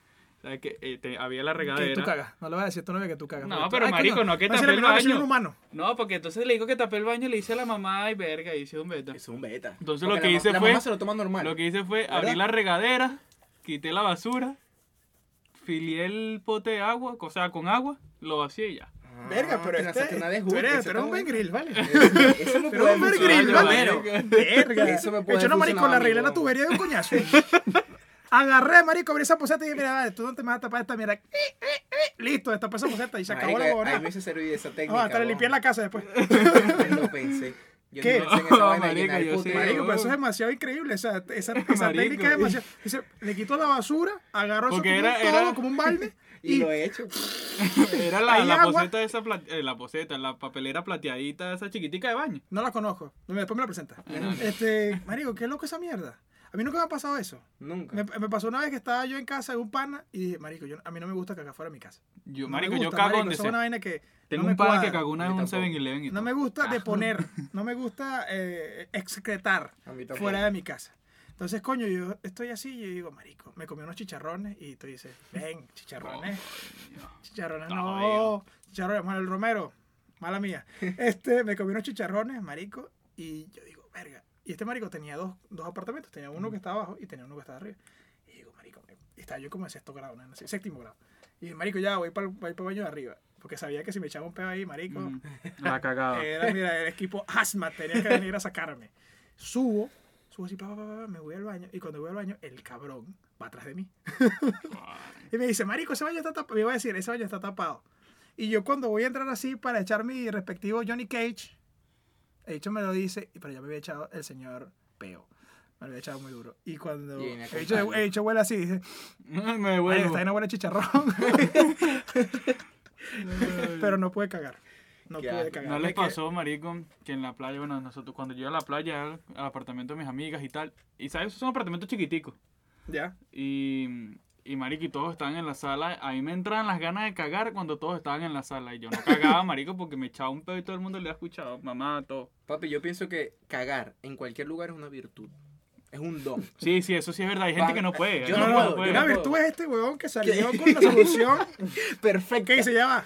B: ¿Sabes que eh, te- había la
A: Que tú
B: regadera.
A: cagas. No le vas a decir a tu novia que tú cagas.
B: No,
A: Porque tú-
B: pero
A: Ay,
B: marico, no, que
A: Va a
B: tapé
A: ser la
B: el
A: primera vez que
B: baño.
A: soy un humano.
B: No, porque entonces le dijo que tapé el baño, le hice a la mamá y verga, y hice un beta.
H: Es un beta.
B: Entonces
H: Porque
B: lo que
H: la-
B: hice
H: la
B: fue,
H: mamá se lo toma normal.
B: lo que hice fue abrir la regadera, quité la basura, filié el pote de agua, o sea, con agua, lo vacié y ya.
H: Ah,
A: Verga, pero
H: te la saqué
A: este...
H: una de
A: Tú
H: jugo,
A: eres
H: ese
A: tú eres un
H: está
A: buen grill, ¿vale?
H: bueno. Eso me
A: Pero
H: puede
A: un buen
H: funcionar,
A: grill,
H: yo,
A: ¿vale?
H: marico.
A: Verga.
H: Eso me puede
A: De hecho, no, marico,
H: funcionar,
A: le arreglé la
H: amigo.
A: tubería de un coñazo. Agarré, marico, abrí esa poseta y dije, mira, vale, tú no te me vas a tapar esta mierda. Eh, eh, eh. Listo, destapé esa poseta y se acabó la
H: Marico, A mí
A: huevonada.
H: me hizo servir esa técnica.
A: Ah, hasta le
H: weón.
A: limpié la casa después.
H: Yo no pensé. Yo
A: ¿Qué?
H: no pensé en esa
B: No,
H: vaina
B: marico,
H: de llenar el
B: yo
H: puto
B: sí,
H: baño.
A: Marico, pero eso es demasiado increíble. Esa, esa, esa
B: Marico.
A: técnica es demasiado. Dice, le quitó la basura, agarró eso
B: Porque
A: como
B: era-
A: un todo,
B: era-
A: como un balde.
H: Y
A: Y,
H: lo he hecho.
B: Era la,
A: Hay
B: la
A: agua.
B: poseta esa, pla- eh, la poseta, la papelera plateadita, esa chiquitica de baño.
A: no la conozco. Después me la
B: Ah,
A: presenta. Este, marico, qué loco esa mierda. A mí nunca me ha pasado eso.
H: Nunca.
A: Me, me pasó una vez que estaba yo en casa de un pana y dije, marico, yo, a mí no me gusta cagar fuera de mi casa.
B: Yo,
A: No me
B: marico, yo
A: gusta,
B: cago
A: marico,
B: donde
A: eso es una
B: sea.
A: vaina que
B: Tengo
A: no me
B: un pana
A: cuadra.
B: que cagó una vez en
H: Yo
B: un
H: tampoco.
B: 7-Eleven y
A: No
B: todo.
A: me gusta deponer, no me gusta eh, excretar
H: A mí tampoco.
A: fuera de mi casa. Entonces, coño, yo estoy así y yo digo, marico, me comí unos chicharrones y tú dices, ven, chicharrones, chicharrones, no,
B: Jodido.
A: chicharrones, Manuel Romero, mala mía. Este, me comí unos chicharrones, marico, y yo digo, verga, Y este marico tenía dos, dos apartamentos. Tenía uno que estaba abajo y tenía uno que estaba arriba. Y digo, marico, y estaba yo como en sexto grado, ¿no? en el séptimo grado. Y el marico, ya, voy para el, baño de arriba. Porque sabía que si me echaba un pedo ahí, marico,
B: Mm,
G: La cagada.
F: Ah.
A: era, mira, era equipo asma, tenía que venir a sacarme. Subo, subo así, pa, pa, pa, pa, me voy al baño. Y cuando voy al baño, el cabrón va atrás de mí. y me dice, marico, ese baño está tapado. Me iba a decir, ese baño está tapado. Y yo cuando voy a entrar así para echar mi respectivo Johnny Cage, el hecho me lo dice, y- pero ya me había echado el señor Peo. Me lo había echado muy duro. Y cuando
F: Y viene a
A: el hecho, el hecho huele así, dice,
B: Me
A: "Marico,
B: devuelvo.
A: está en una buena chicharrón. pero no puede cagar. No
F: Qué
A: puede
F: asco.
A: cagar.
B: ¿No
A: Me
B: les
A: que-
B: pasó, marico, que en la playa, bueno, nosotros cuando yo iba a la playa, al al apartamento de mis amigas y tal, y sabes, son apartamentos chiquiticos,
A: Ya.
B: y, y marico, y todos estaban en la sala, a mí me entraban las ganas de cagar cuando todos estaban en la sala, y yo no cagaba, marico, porque me echaba un pedo y todo el mundo le ha escuchado, mamá, todo.
F: Papi, yo pienso que cagar en cualquier lugar es una virtud. Es un don.
B: Sí, sí, eso sí es verdad, hay gente que no puede. hay
F: Yo
B: gente
F: no
B: que
F: puedo, yo
A: Una
F: no puedo.
A: virtud es este huevón que salió con la solución
F: Perfecto.
A: que se llama.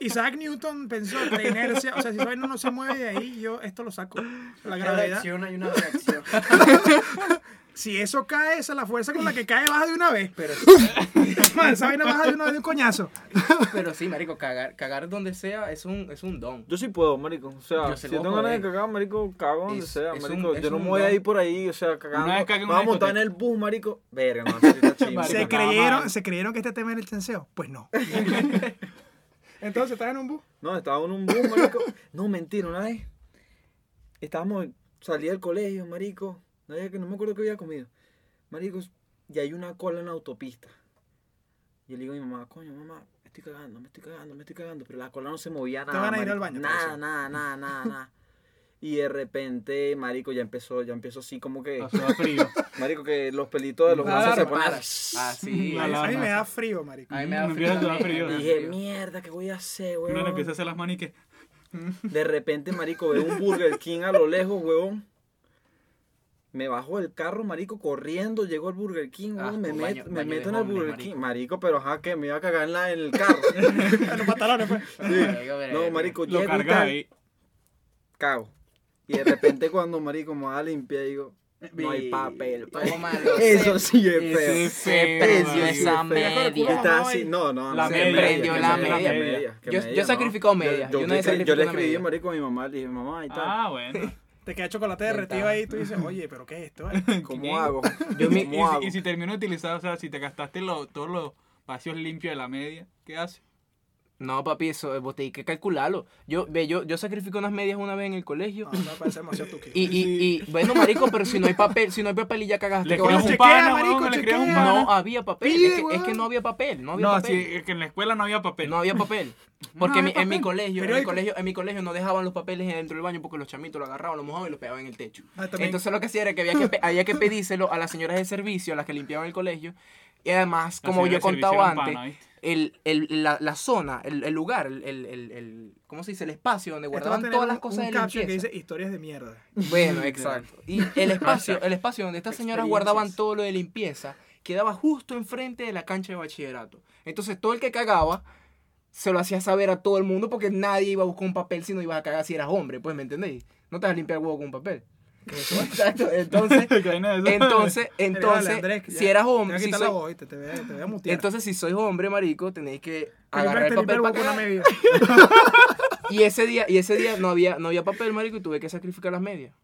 A: Isaac Newton pensó que la inercia, o sea, si esa vaina no se mueve de ahí, yo esto lo saco. La
D: Una
A: gravedad.
D: reacción, hay una reacción.
A: Si eso cae, esa es la fuerza con la que cae baja de una vez.
F: Pero,
A: Man, esa vaina baja de una vez de un coñazo.
F: pero sí, marico, cagar, cagar donde sea es un, es un don.
G: Yo sí puedo, marico. O sea,
F: Yo sé
G: si tengo
F: cómo
G: ganas de
F: es.
G: cagar, marico, cago donde
F: Es-
G: sea,
F: es
G: marico.
F: un- es
G: yo no
F: un
G: me voy a
F: don.
G: ir por ahí, o sea, cagando.
B: vez cagué en
G: Vamos a
B: una
G: montar en el bus, marico. Verga, no, así está chimbo.
F: Marico,
A: ¿Se
F: nada
A: creyeron,
F: más.
A: ¿Se creyeron que este tema era el chanceo? Pues no. Entonces, ¿estás en un bus?
G: No, estaba en un bus, marico. No, mentira, una vez. Estábamos, salí del colegio, marico. No, había- no me acuerdo qué había comido. Marico, y hay una cola en la autopista. Y yo le digo a mi mamá, coño, mamá, me estoy cagando, me estoy cagando, me estoy cagando. Pero la cola no se movía nada.
A: van a ir al
G: marico.
A: baño, te
G: Nada,
A: decía.
G: nada, nada, nada, nada. Y de repente, marico, ya empezó, ya empezó así como que,
B: Pasó a frío.
G: marico, que los pelitos de los
A: Claro,
G: brazos se ponen
F: Para.
G: así.
D: Ah,
F: Así.
B: La
A: A mí
B: alarma.
A: me da frío, marico.
C: Ahí
B: me
C: me da
B: empieza a
C: frío.
B: dar frío.
G: Y dije, mierda, ¿qué voy a hacer, weón?
B: Uno le empieza a hacer las manos y que...
G: De repente, marico, veo un Burger King a lo lejos, huevón. Me bajo del carro, marico, corriendo, llego al Burger King,
F: Ah,
G: huevón, me,
F: un
G: met-
F: baño-
G: me
F: baño de
G: meto en el
F: hombres,
G: Burger
F: marico.
G: King, marico, pero ajá, que me iba a cagar en, la, en el carro.
A: En los pantalones, pues.
F: Marico, verga.
G: no, marico,
B: Lo
G: llego y
B: cargas
G: tal,
B: ahí.
G: cago. Y de repente cuando, marico, me va a limpiar, digo, no hay papel. pa-
D: Todo malo.
G: Eso sí es
F: Ese
G: feo.
F: es
B: Ese
F: feo,
B: precio,
F: marico.
B: esa
F: Feo.
A: media.
G: Y está así, no, no,
B: La
G: no,
B: media,
F: prendió la media.
G: que
F: Yo-
G: media,
F: yo
G: no.
F: sacrificado media,
G: Yo,
F: yo
G: yo
F: no he
G: le- yo
F: sacrificado
G: le
F: la
G: escribí,
F: media.
G: marico, a mi mamá, le dije, mamá, y tal.
B: Ah, bueno.
A: Te queda chocolate derretido ahí y tú dices, oye, ¿pero qué es esto? vale?"
G: ¿Cómo hago?
B: Yo me- y,
G: ¿Cómo hago?
B: si, y si termino de utilizar, o sea, si te gastaste lo- todos los vacíos limpios de la media, ¿qué haces?
F: No, papi, eso eh, vos tenés que calcularlo. Yo, ve, yo, yo sacrifico unas medias una vez en el colegio.
A: No, me parece demasiado tuqui.
F: Y, y, y, bueno, marico, pero si no hay papel, si no hay papel y ya cagaste.
B: Le
F: ¿qué vas a
B: creas un
F: hacer?
A: chequea,
B: pana,
A: marico,
B: huevón, le creas un
A: chequea.
B: pana.
D: ah,
F: No había papel.
A: Pide,
F: es, que, es
A: huevón.
F: que no había papel, no había
B: No,
F: papel.
B: así es que en la escuela no había papel.
F: No había papel. Porque
B: No
F: mi-
B: había
F: en, mi
B: papel.
F: colegio, en mi
A: Periódico.
F: colegio, en mi colegio no dejaban los papeles dentro del baño porque los chamitos lo agarraban, lo mojaban y los pegaban en el techo.
A: Ah, también.
F: Entonces lo que hacía era que había que, pe- había que pedírselo a las señoras de servicio, a las que limpiaban el colegio. Y además,
B: Las
F: como yo he
B: señoras de servicio
F: contado
B: eran
F: antes,
B: pana, ¿viste?
F: el, el- la, la zona, el, el lugar, el, el, el- el- ¿cómo se dice? El espacio donde
A: Esto va a
F: guardaban
A: tener
F: todas las
A: un-
F: cosas
A: un
F: de
A: caption
F: limpieza.
A: que dice historias de mierda.
F: Bueno, exacto. Y el espacio, el espacio donde estas señoras guardaban todo lo de limpieza quedaba justo enfrente de la cancha de bachillerato. Entonces todo el que cagaba se lo hacía saber a todo el mundo porque nadie iba a buscar un papel si no ibas a cagar si eras hombre, pues, ¿me entendéis? No te vas a limpiar el huevo con un papel. Exacto. Entonces,
B: Que hay nada de eso.
F: entonces,
A: Pero dale,
F: entonces,
A: Andrés, que
F: si
A: ya-
F: eras
A: te voy a
F: hombre, si
A: quitar
F: soy-
A: la voz, ¿viste? te voy a- te voy a mutear.
F: entonces si sois hombre, marico, tenéis que
A: Primero
F: agarrar el
A: te
F: papel
A: limpio boca
F: para
A: una
F: cagar.
A: media.
F: Y ese día, y ese día no había, no había papel, marico, y tuve que sacrificar las medias.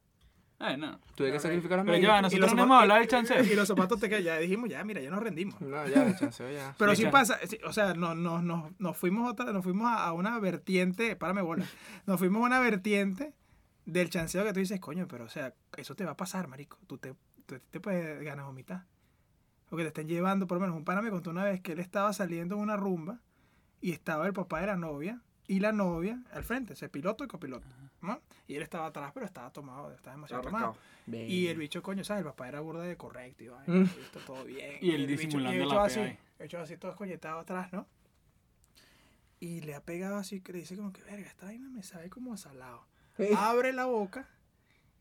B: Ay, no.
F: Tuve que sacrificar las
B: Pero
F: medias.
B: ya,
A: Y
B: nosotros
A: los
B: no
A: zapatos-
B: hemos hablado del chanceo.
A: Y los zapatos te quedan, ya dijimos, ya, mira, ya nos rendimos.
F: No, ya, de chanceo, ya.
A: Pero
B: Sí,
A: sí
B: claro.
A: pasa, sí, o sea, no, no, no, nos fuimos otra, nos fuimos a, a una vertiente, párame bola, nos fuimos a una vertiente del chanceo que tú dices, coño, pero o sea, eso te va a pasar, marico. Tú te, tú te puedes ganar vomitar. O que te estén llevando, por lo menos un pana me contó una vez que él estaba saliendo en una rumba y estaba el papá de la novia y la novia al frente, o sea, piloto y copiloto, ¿no? Y él estaba atrás, pero estaba tomado, estaba demasiado
G: Estaba
A: tomado.
G: rascado.
A: Y el bicho, coño, ¿sabes? El papá era burda de correcto, y, vaina,
F: Mm.
A: y esto todo bien.
B: Y él
A: el bicho-
B: disimulando
A: y el bicho
B: la
A: así,
B: pea ahí.
A: el bicho así todo escoñetado atrás, ¿no? Y le ha pegado así, que le dice como que, verga, esta vaina me sabe como a salado. Abre la boca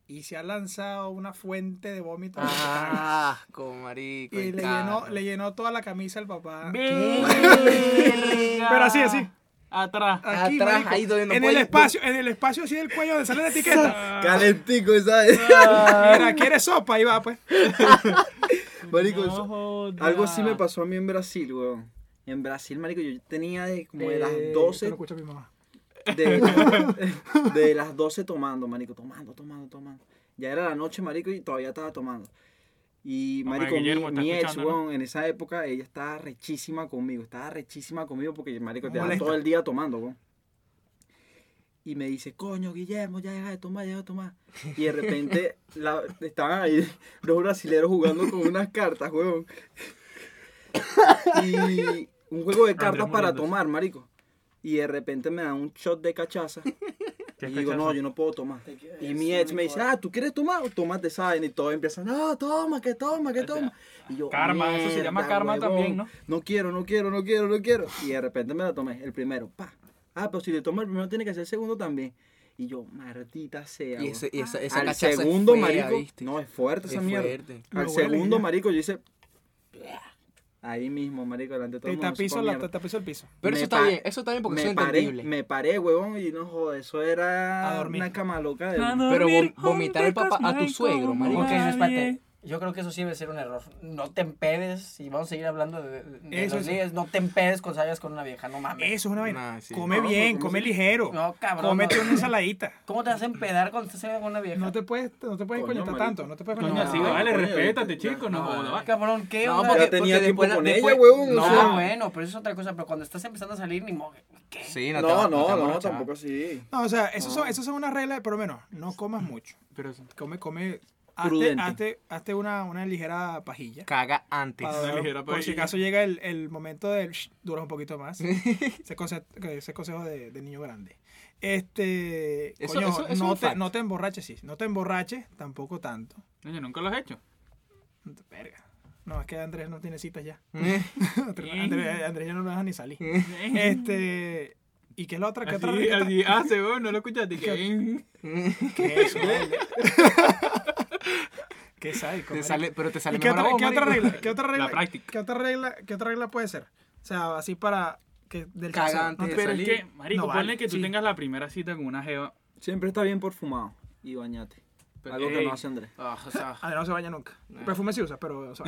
A: y se ha lanzado una fuente de vómito.
F: Ah, como marico.
A: y
F: el
A: le
F: carro.
A: llenó, le llenó toda la camisa al papá.
B: Verga.
A: Pero así, así.
B: atrás.
A: Aquí,
G: Atrás,
A: marico,
G: ahí donde no
A: en el
G: puedes-
A: espacio, en el espacio así del cuello donde sale la etiqueta.
G: Calentico, ¿sabes?
A: Mira, ¿quieres sopa? Ahí va, pues.
G: Marico,
B: No
G: eso-
B: joda.
G: algo así me pasó a mí en Brasil, weón. En Brasil, marico, yo tenía de como de las
A: Eh, esto
G: 12
A: lo escucha mi mamá.
G: de, de las 12 tomando, marico, tomando, tomando, tomando. Ya era la noche, marico, y todavía estaba tomando. Y,
B: Mamá de
G: marico, mi,
B: Guillermo está
G: mi ex,
B: escuchando, ¿no?
G: weón, en esa época, ella estaba rechísima conmigo. Estaba rechísima conmigo porque, marico, te
A: Molesta.
G: todo el día tomando, weón. Y me dice, coño, Guillermo, ya deja de tomar, ya deja de tomar. Y de repente la- estaban ahí los brasileros jugando con unas cartas, weón. Y un juego de cartas para
B: muriéndose.
G: tomar, marico. Y de repente me dan un shot de cachaza.
B: ¿Qué
G: Y
B: es
G: digo,
B: cachaza?
G: no, yo no puedo tomar. Y mi ex me dice, ah, ¿tú quieres tomar? Tómate esa vaina. Y todos empiezan, no, toma, que toma, que toma. Y yo,
B: Karma, eso se llama
G: "Mierda,
B: karma también, ¿no?"
G: No quiero, no quiero, no quiero, no quiero. Y de repente me la tomé, el primero, pa. Ah, pero si le tomo el primero, tiene que ser el segundo también. Y yo, martita sea.
F: Y
G: weón".
F: esa, y esa, esa
G: Al
F: cachaza es
G: segundo,
F: fea,
G: marico.
F: ¿viste?
G: No, es fuerte esa
F: Es
G: mierda.
F: fuerte.
A: Lo
G: Al
A: huele
G: segundo,
A: ya.
G: marico, yo hice. Ahí mismo, marico, delante de todo
A: Te
G: el mundo.
A: tapizo,
G: supo
A: la,
G: mierda.
A: te tapizo el piso.
F: Pero
G: Me
F: eso está
G: pa-
F: bien, eso está bien porque
G: me
F: eso es
G: paré,
F: entendible.
G: Me paré, huevón, y no joder, eso
A: A
G: era
A: dormir.
G: una cama loca de.
B: Ah,
F: Pero vom- vomitar al papá, a tu suegro, marico.
C: Ok, espérate.
D: espérate. Yo creo que eso sí debe ser un error. No te empedes, y vamos a seguir hablando de, de
A: Eso
D: los
A: sí.
D: días, no te empedes con salgas con una vieja, no mames.
A: Eso es una vaina.
F: Nah, sí.
A: Come
G: No, pues,
A: bien,
G: ¿cómo
A: come
G: se-
A: ligero.
D: No, cabrón,
A: Cómete
D: no.
A: una ensaladita.
D: ¿Cómo te vas a empedar cuando estás saliendo con una vieja?
A: No te puedes, no te puedes
G: Coño,
A: coñetar
G: marico.
A: tanto. No te puedes
B: Coño,
A: coñetar
B: así
A: tanto.
B: vale,
G: coño,
B: respétate,
G: ya.
B: chico, no
G: No,
B: jodas.
D: Ah, Cabrón, ¿qué?
F: No,
D: onda?
F: porque,
G: Ya tenía
F: porque
G: tiempo
B: pues,
F: después, la-
G: con ella,
F: después-
G: huevón, o
D: No,
F: No,
G: sea.
D: bueno, pero eso es otra cosa, pero cuando estás empezando a salir, ni modo. ¿Qué?
F: Sí, no, te
G: No,
F: vas- te vas a
G: no, no,
F: emborrachar.
G: tampoco así.
A: No, o sea, eso son, eso son unas reglas, por lo menos, no comas mucho.
B: Pero eso-
A: Come, come. Hazte,
G: Prudente.
A: hazte, hazte una, una ligera pajilla.
F: Caga antes.
A: Para dar-
B: ligera
A: por si
B: pajilla.
A: acaso llega el, el momento del shh, duras un poquito más. ese, conse- ese consejo de, de niño grande. Este,
F: Eso-
A: coño,
F: eso- eso es
A: no,
F: un
A: te,
F: fact.
A: no te emborraches, sí. No te emborraches tampoco tanto.
B: Coño, nunca lo has hecho.
A: Verga. No, es que Andrés no tiene citas ya.
F: Eh,
A: Andrés, Andrés- Andrés ya no lo deja ni salir.
F: eh.
A: Este, ¿y qué es la otra? ¿Qué otra?
B: Así,
A: qué otra-
B: así hace, weón, no lo escuchaste. Que...
A: ¿Qué es eso? vale? ¿Qué sádico,
F: Te
A: marico.
F: sale, pero te sale
A: ¿Y qué
F: mejor a
A: otra,
F: vos,
A: qué otra
F: marico.
A: regla? ¿Qué otra regla?
B: La práctica.
A: ¿Qué otra regla? ¿Qué otra regla puede ser? O sea, así para que del
F: Caga
A: trasero,
F: antes
A: te-
F: de
B: Pero es
F: salir.
B: que, marico,
A: No
B: ponle
A: vale,
B: que tú
A: sí.
B: tengas la primera cita con una jeva.
G: Siempre está bien por fumado y bañate.
B: Pero,
G: Algo que
B: ey,
G: no hace Andrés.
F: Ah, o sea,
A: Andrés no se baña nunca. Perfume sí usa, pero o sea,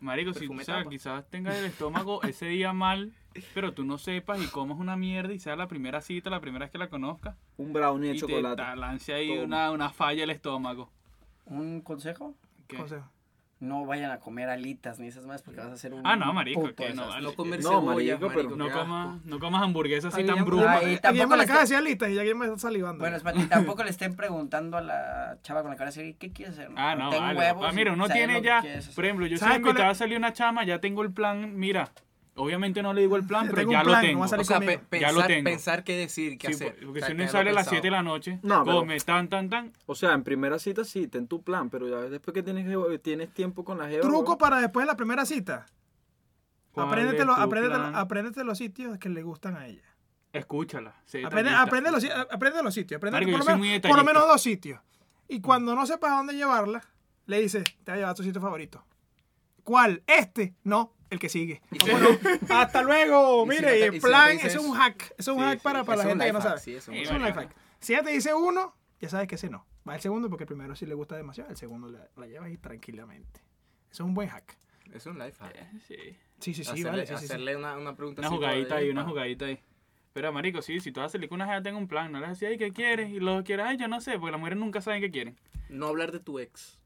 B: Marico, si
F: Perfume
B: o sea,
F: tapa.
B: quizás tengas el estómago ese día mal, pero tú no sepas y comas una mierda y sea la primera cita, la primera vez que la conozcas,
G: Un brownie de
B: y te
G: chocolate.
B: ta- lance ahí
G: Toma.
B: una, una falla el estómago.
D: ¿Un consejo?
B: ¿Qué?
A: consejo.
D: No vayan a comer alitas ni esas más porque vas a hacer un.
B: Ah, no, marico,
D: puto
B: que
D: de
B: no
D: esas.
B: vale.
F: no comer
G: No,
F: cebollas,
G: marico, pero-
F: marico,
B: No,
F: qué
B: comas,
F: asco.
B: no comas hamburguesas así
F: Ay,
B: tan
F: ya-
B: brumas.
D: Ay, tampoco
A: Guillermo
D: le
A: la acaba de
D: esté-
A: decir lista y ya Guillermo está salivando.
D: Bueno, espérate, tampoco le estén preguntando a la chava con la cara así, ¿qué quieres hacer?
B: Ah, no,
D: Tengo
B: vale.
D: huevos
B: Ah,
D: y
B: mira, uno
D: sabes lo
B: tiene
D: que
B: ya,
D: quieres hacer.
B: por ejemplo, yo
A: ¿Sabes
B: soy
A: cuál es?
B: invitado a salir una chama, ya tengo el plan, mira, obviamente no le digo el plan,
A: Yo
B: pero
A: tengo
B: ya
A: un
B: lo
A: plan, no
B: tengo.
A: va a salir
F: O sea,
A: conmigo.
F: pe-
B: Ya lo
F: pensar-
B: tengo.
F: pensar qué decir, qué
B: Sí,
F: hacer.
B: porque
F: O sea,
B: si uno
F: tenerlo
B: sale a las
F: pensado.
B: 7 de la noche,
G: No, pero-
B: come tan, tan, tan,
G: O sea, en primera cita sí, ten tu plan, pero ya después que tienes, jeva- tienes tiempo con la jeva.
A: Truco
G: huevón.
A: para después de la primera cita.
B: ¿Cuál es
A: Apréndete, los-
B: tu
A: apréndete,
B: plan?
A: apréndete los sitios que le gustan a ella.
B: escúchala. sé
A: Aprende, ah.
B: detallista.
A: aprende, los, si- aprende los sitios. Aprende
B: Marico,
A: por, lo
B: yo soy muy
A: menos, por
B: detallista.
A: lo menos dos sitios. Y cuando no sepas a dónde llevarla, le dices, te va a llevar a tu sitio favorito. ¿Cuál? ¿Este? No, el que sigue. Vámonos. Hasta luego.
F: Y si
A: Mire,
F: no te-
A: y
F: y si
A: el
F: no te
A: plan,
F: dices-
A: eso es un hack. Eso es un
F: Sí,
A: hack
F: sí,
A: para, para
F: eso
A: la
F: es un
A: gente que no
F: life hack,
A: sabe.
F: sí, eso es
B: un
A: Eso es un life
B: life
A: hack. Si ella te dice uno, ya sabes que ese no. Va el segundo porque el primero sí le gusta demasiado, el segundo la, la llevas y tranquilamente. Eso es un buen hack.
F: Es un life hack.
B: Sí.
A: Sí, sí, sí,
F: hacerle,
A: vale. sí, sí, sí.
F: hacerle Una, una pregunta.
B: Una
F: así
B: jugadita
F: como de-
B: ahí, una jugadita ahí. Pero, marico, sí, si tú vas a salir con una jeva, tengo un plan. No le decís, ay, ¿qué quieres? Y los quieres, ay, yo no sé, porque las mujeres nunca saben qué quieren.
F: No hablar de tu ex.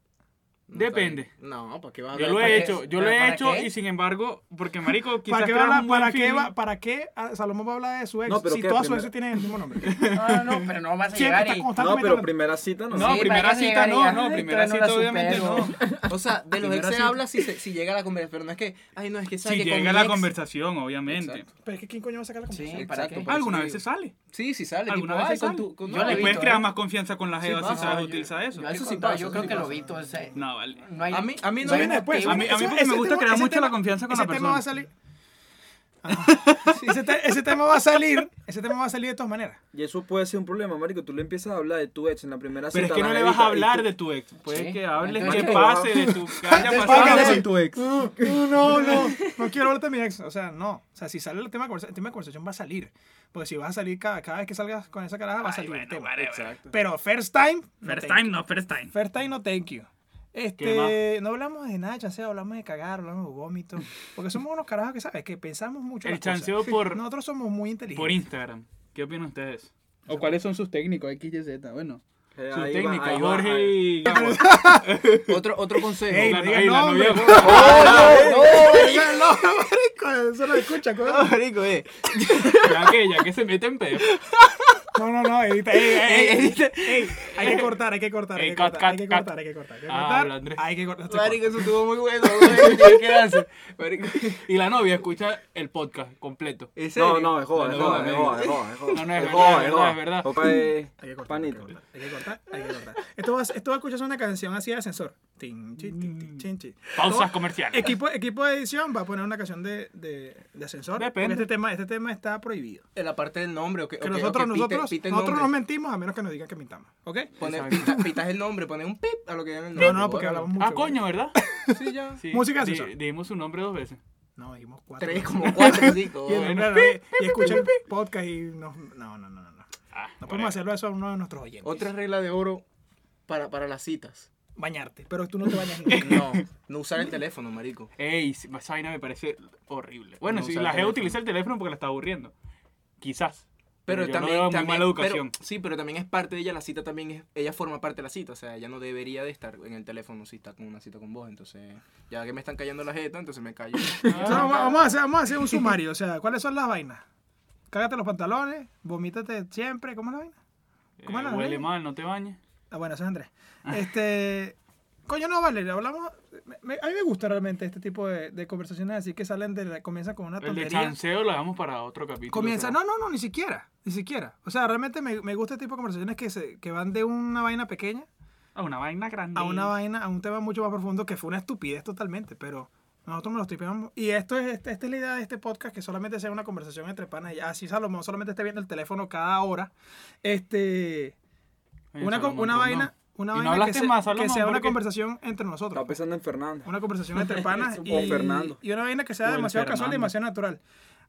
F: No,
B: Depende.
F: está bien. No, ¿para qué vas a
B: Yo
F: hablar?
B: lo
F: ¿Para
B: he
F: qué?
B: hecho, yo
D: ¿Pero
B: lo he
D: para
B: hecho,
D: qué?
B: y sin embargo, porque, marico, quizás
A: ¿Para qué, va a
B: creas
A: hablar-
B: un buen
A: para, qué
B: feeling.
A: va- ¿Para qué ah, Salomón va a hablar de su ex
G: No, pero
A: si
G: ¿qué?
A: todas sus
G: Primero-
A: exes tienen el mismo nombre?
D: No, no, no, pero no vas a
A: Siempre
D: llegar
A: está
D: y.
G: No,
A: constantemente
G: pero
A: hablando.
G: primera cita
B: No,
G: no. sé.
D: Sí,
B: primera
D: para que
B: cita
D: llegar
B: no,
D: y,
B: no,
D: ay,
B: primera
D: todavía
B: cita
D: no la
B: obviamente
D: supero.
B: no.
F: O sea, de los
G: Primera
F: ex se
G: cita.
F: habla si, se- si llega la conversación, pero no es que, ay, no, es que
B: Si
F: sale
B: llega la conversación, obviamente.
F: Exacto.
A: Pero es que ¿quién coño va a sacar la
D: Sí,
A: conversación?
D: ¿para
F: Exacto,
D: qué?
F: por-
B: Algunas
F: eso
B: veces
F: digo.
B: sale.
F: Sí, sí sale,
B: Algunas
F: tipo, ay,
B: veces
F: con
B: sale.
F: tu- con-
D: Yo
F: no,
D: le
B: Le
D: evito,
B: puedes
D: ¿eh?
B: crear más confianza con la jeva si
F: pasa,
B: sabes
F: yo-
B: utilizar eso.
D: Yo, eso
F: Eso sí
D: sí pasa,
F: pasa,
D: yo
F: eso
D: creo
F: sí
D: que lo
F: pasa.
D: vi todo ese.
B: No, vale.
D: No hay,
F: A mí, a mí no
D: no hay
F: me
B: pues,
A: Viene después.
B: A mí- a mí porque me gusta crear mucho la confianza con la persona.
A: a salir. Ah. Ese, te- ese tema va a salir. Ese tema va a salir de todas maneras.
G: Y eso puede ser un problema, marico. Tú le empiezas a hablar de tu ex en la primera
B: Pero es
G: cita,
B: que no le
G: marica,
B: vas a
G: y
B: hablar
G: tú-
B: de tu ex. Puede
C: Sí.
B: que hables
C: Entonces,
B: que
C: ¿qué?
B: pase de tu. que haya
A: Entonces,
B: pasado
A: págale.
B: con tu ex.
A: No, no, no quiero hablarte de mi ex. O sea, no. O sea, si sale el tema de conversación, el tema de conversación va a salir. Porque si vas a salir cada, cada vez que salgas con esa caraja, va a
B: Ay,
A: salir el
B: bueno,
A: tema.
B: whatever.
A: Pero first time. no
B: First
A: thank
B: time,
A: you.
B: no, first time.
A: First time, no thank you. Este,
B: ¿Qué
A: no hablamos de nada, chanceo, hablamos de cagar, hablamos de vómito. Porque somos unos carajos que sabes, que pensamos mucho.
B: El
A: las cosas.
B: chanceo por-
A: Nosotros somos muy
B: Por
A: inteligentes.
B: Instagram. ¿Qué opinan ustedes? ¿O cuáles son sus técnicos? XYZ, bueno.
G: Eh,
B: Sus
G: ahí va,
B: técnicas,
G: ahí va,
B: Jorge
G: ahí
B: y.
F: Otro, otro consejo.
A: Ey,
B: La-
A: no digas
B: ey, la
A: nombre.
B: novia-
A: No, marico, eso lo escucha, coño.
F: Marico, eh.
B: Ya que, ya que se meten pedo.
A: No, no, no, edita. Ey, ey,
F: Ey,
A: ey,
F: edita.
A: ey, hay que cortar, hay que cortar.
B: Ey,
A: Hay que
B: cut,
A: cortar, hay que
B: cut, cut.
A: cortar, hay que cortar. hay que
B: Ah,
A: cortar,
B: habla, Andrés.
A: Hay que cortar. se
F: Marico, eso estuvo muy bueno. güey. Tiene que darse. Marico.
B: Y la novia escucha el podcast completo.
F: ¿En serio?
G: No, no, es joda,
B: No,
G: es
B: no,
G: joda,
B: no,
G: es
B: no.
G: joda, es joda, es joda.
B: No, no, es
G: Es
B: verdad,
G: joda,
B: es
G: es
B: verdad,
G: joda.
B: es verdad.
G: Opa, eh, panito.
A: Hay que cortar, hay que cortar. Esto va, esto va a escucharse una canción así de ascensor. Tin, chin, tin, tin, chin, chin.
B: Pausas
A: Todo-
B: comerciales.
A: Equipo, equipo de edición va a poner una canción de, de, de ascensor. porque
B: Depende.
A: Este tema, este tema está prohibido.
F: En la parte del nombre. o que-
A: Que
F: o que- o
A: nosotros,
F: que pite-
A: nosotros,
F: pite el
A: nosotros
F: nombre.
A: nos mentimos a menos que nos digan que mintamos. ¿Ok?
F: Pone-
B: Exacto.
F: pita- pitas el nombre, pones un pip a lo que llaman el nombre.
A: No, no, porque
F: bueno.
A: hablamos mucho.
B: Ah, coño, ¿verdad?
F: Sí, ya.
B: Sí,
A: Música,
B: di-
A: César.
B: Dijimos su nombre dos veces.
A: No, dijimos cuatro.
F: Tres, como cuatro, cinco.
A: Y, el
F: bueno.
A: nombre de la vez, y escucha el podcast y no, no, no, no, no. no.
B: Ah,
A: No
B: whatever.
A: podemos hacerlo eso a uno de nuestros oyentes.
F: Otra regla de oro para, para las citas.
A: Bañarte. Pero tú no te bañas nunca.
F: No, no usar el teléfono, marico.
B: Ey, si- esa vaina me parece horrible. Bueno,
F: No
B: si
F: usar el
B: la gente
F: teléfono.
B: utiliza el teléfono porque la está aburriendo. Quizás.
F: Pero
B: yo lo
F: también,
B: veo muy
F: también-
B: mala educación.
F: pero- sí, pero también es parte de ella, la cita también es, ella forma parte de la cita, o sea, ella no debería de estar en el teléfono si está con una cita con vos, entonces, ya que me están cayendo la jeta, entonces me callo.
A: O sea, vamos, vamos a hacer, vamos a hacer un sumario. O sea, ¿cuáles son las vainas? Cágate los pantalones, vomítate siempre. ¿Cómo es la vaina? ¿Cómo
B: Eh,
A: era la
B: huele
A: ley?
B: mal, no te bañes.
A: Ah, bueno, eso es Andrés. Este. Coño, no, vale, le hablamos. me- me- a mí me gusta realmente este tipo de, de conversaciones así que salen de. la- Comienzan con una
B: El de
A: tontería.
B: chanceo lo dejamos para otro capítulo.
A: Comienza,
B: pero-
A: no, no, no, ni siquiera, ni siquiera. O sea, realmente me, me gusta este tipo de conversaciones que, se, que van de una vaina pequeña
B: A una vaina grande.
A: a una vaina, a un tema mucho más profundo que fue una estupidez totalmente, pero nosotros nos lo tripeamos. Y esto es, este- esta es la idea de este podcast, que solamente sea una conversación entre panas. Y así Salomón solamente esté viendo el teléfono cada hora. Este,
B: Coño,
A: una, co-
B: Salomón,
A: una
B: tú
A: vaina, una
B: Y no
A: vaina que,
B: hablaste
A: se-
B: más,
A: que
B: Salomón,
A: sea una
B: porque-
A: conversación entre
G: Está
A: nosotros.
G: pensando en Fernando.
A: Una conversación entre panas
G: Supongo,
A: y,
G: Fernando.
A: y una vaina que sea
B: O el
A: demasiado casual y
B: Fernando.
A: demasiado natural.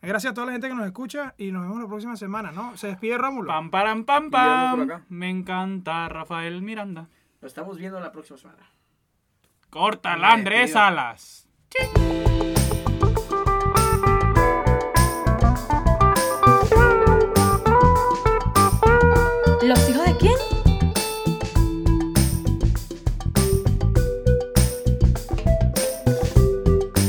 A: Gracias a toda la gente que nos escucha y nos vemos la próxima semana, ¿no? Se despide Rómulo.
B: Pam, param, pam,
G: Guillermo por
B: pam.
G: acá.
B: Me encanta Rafael Miranda.
D: Nos estamos viendo la próxima semana.
B: Córtala, Andrés Salas.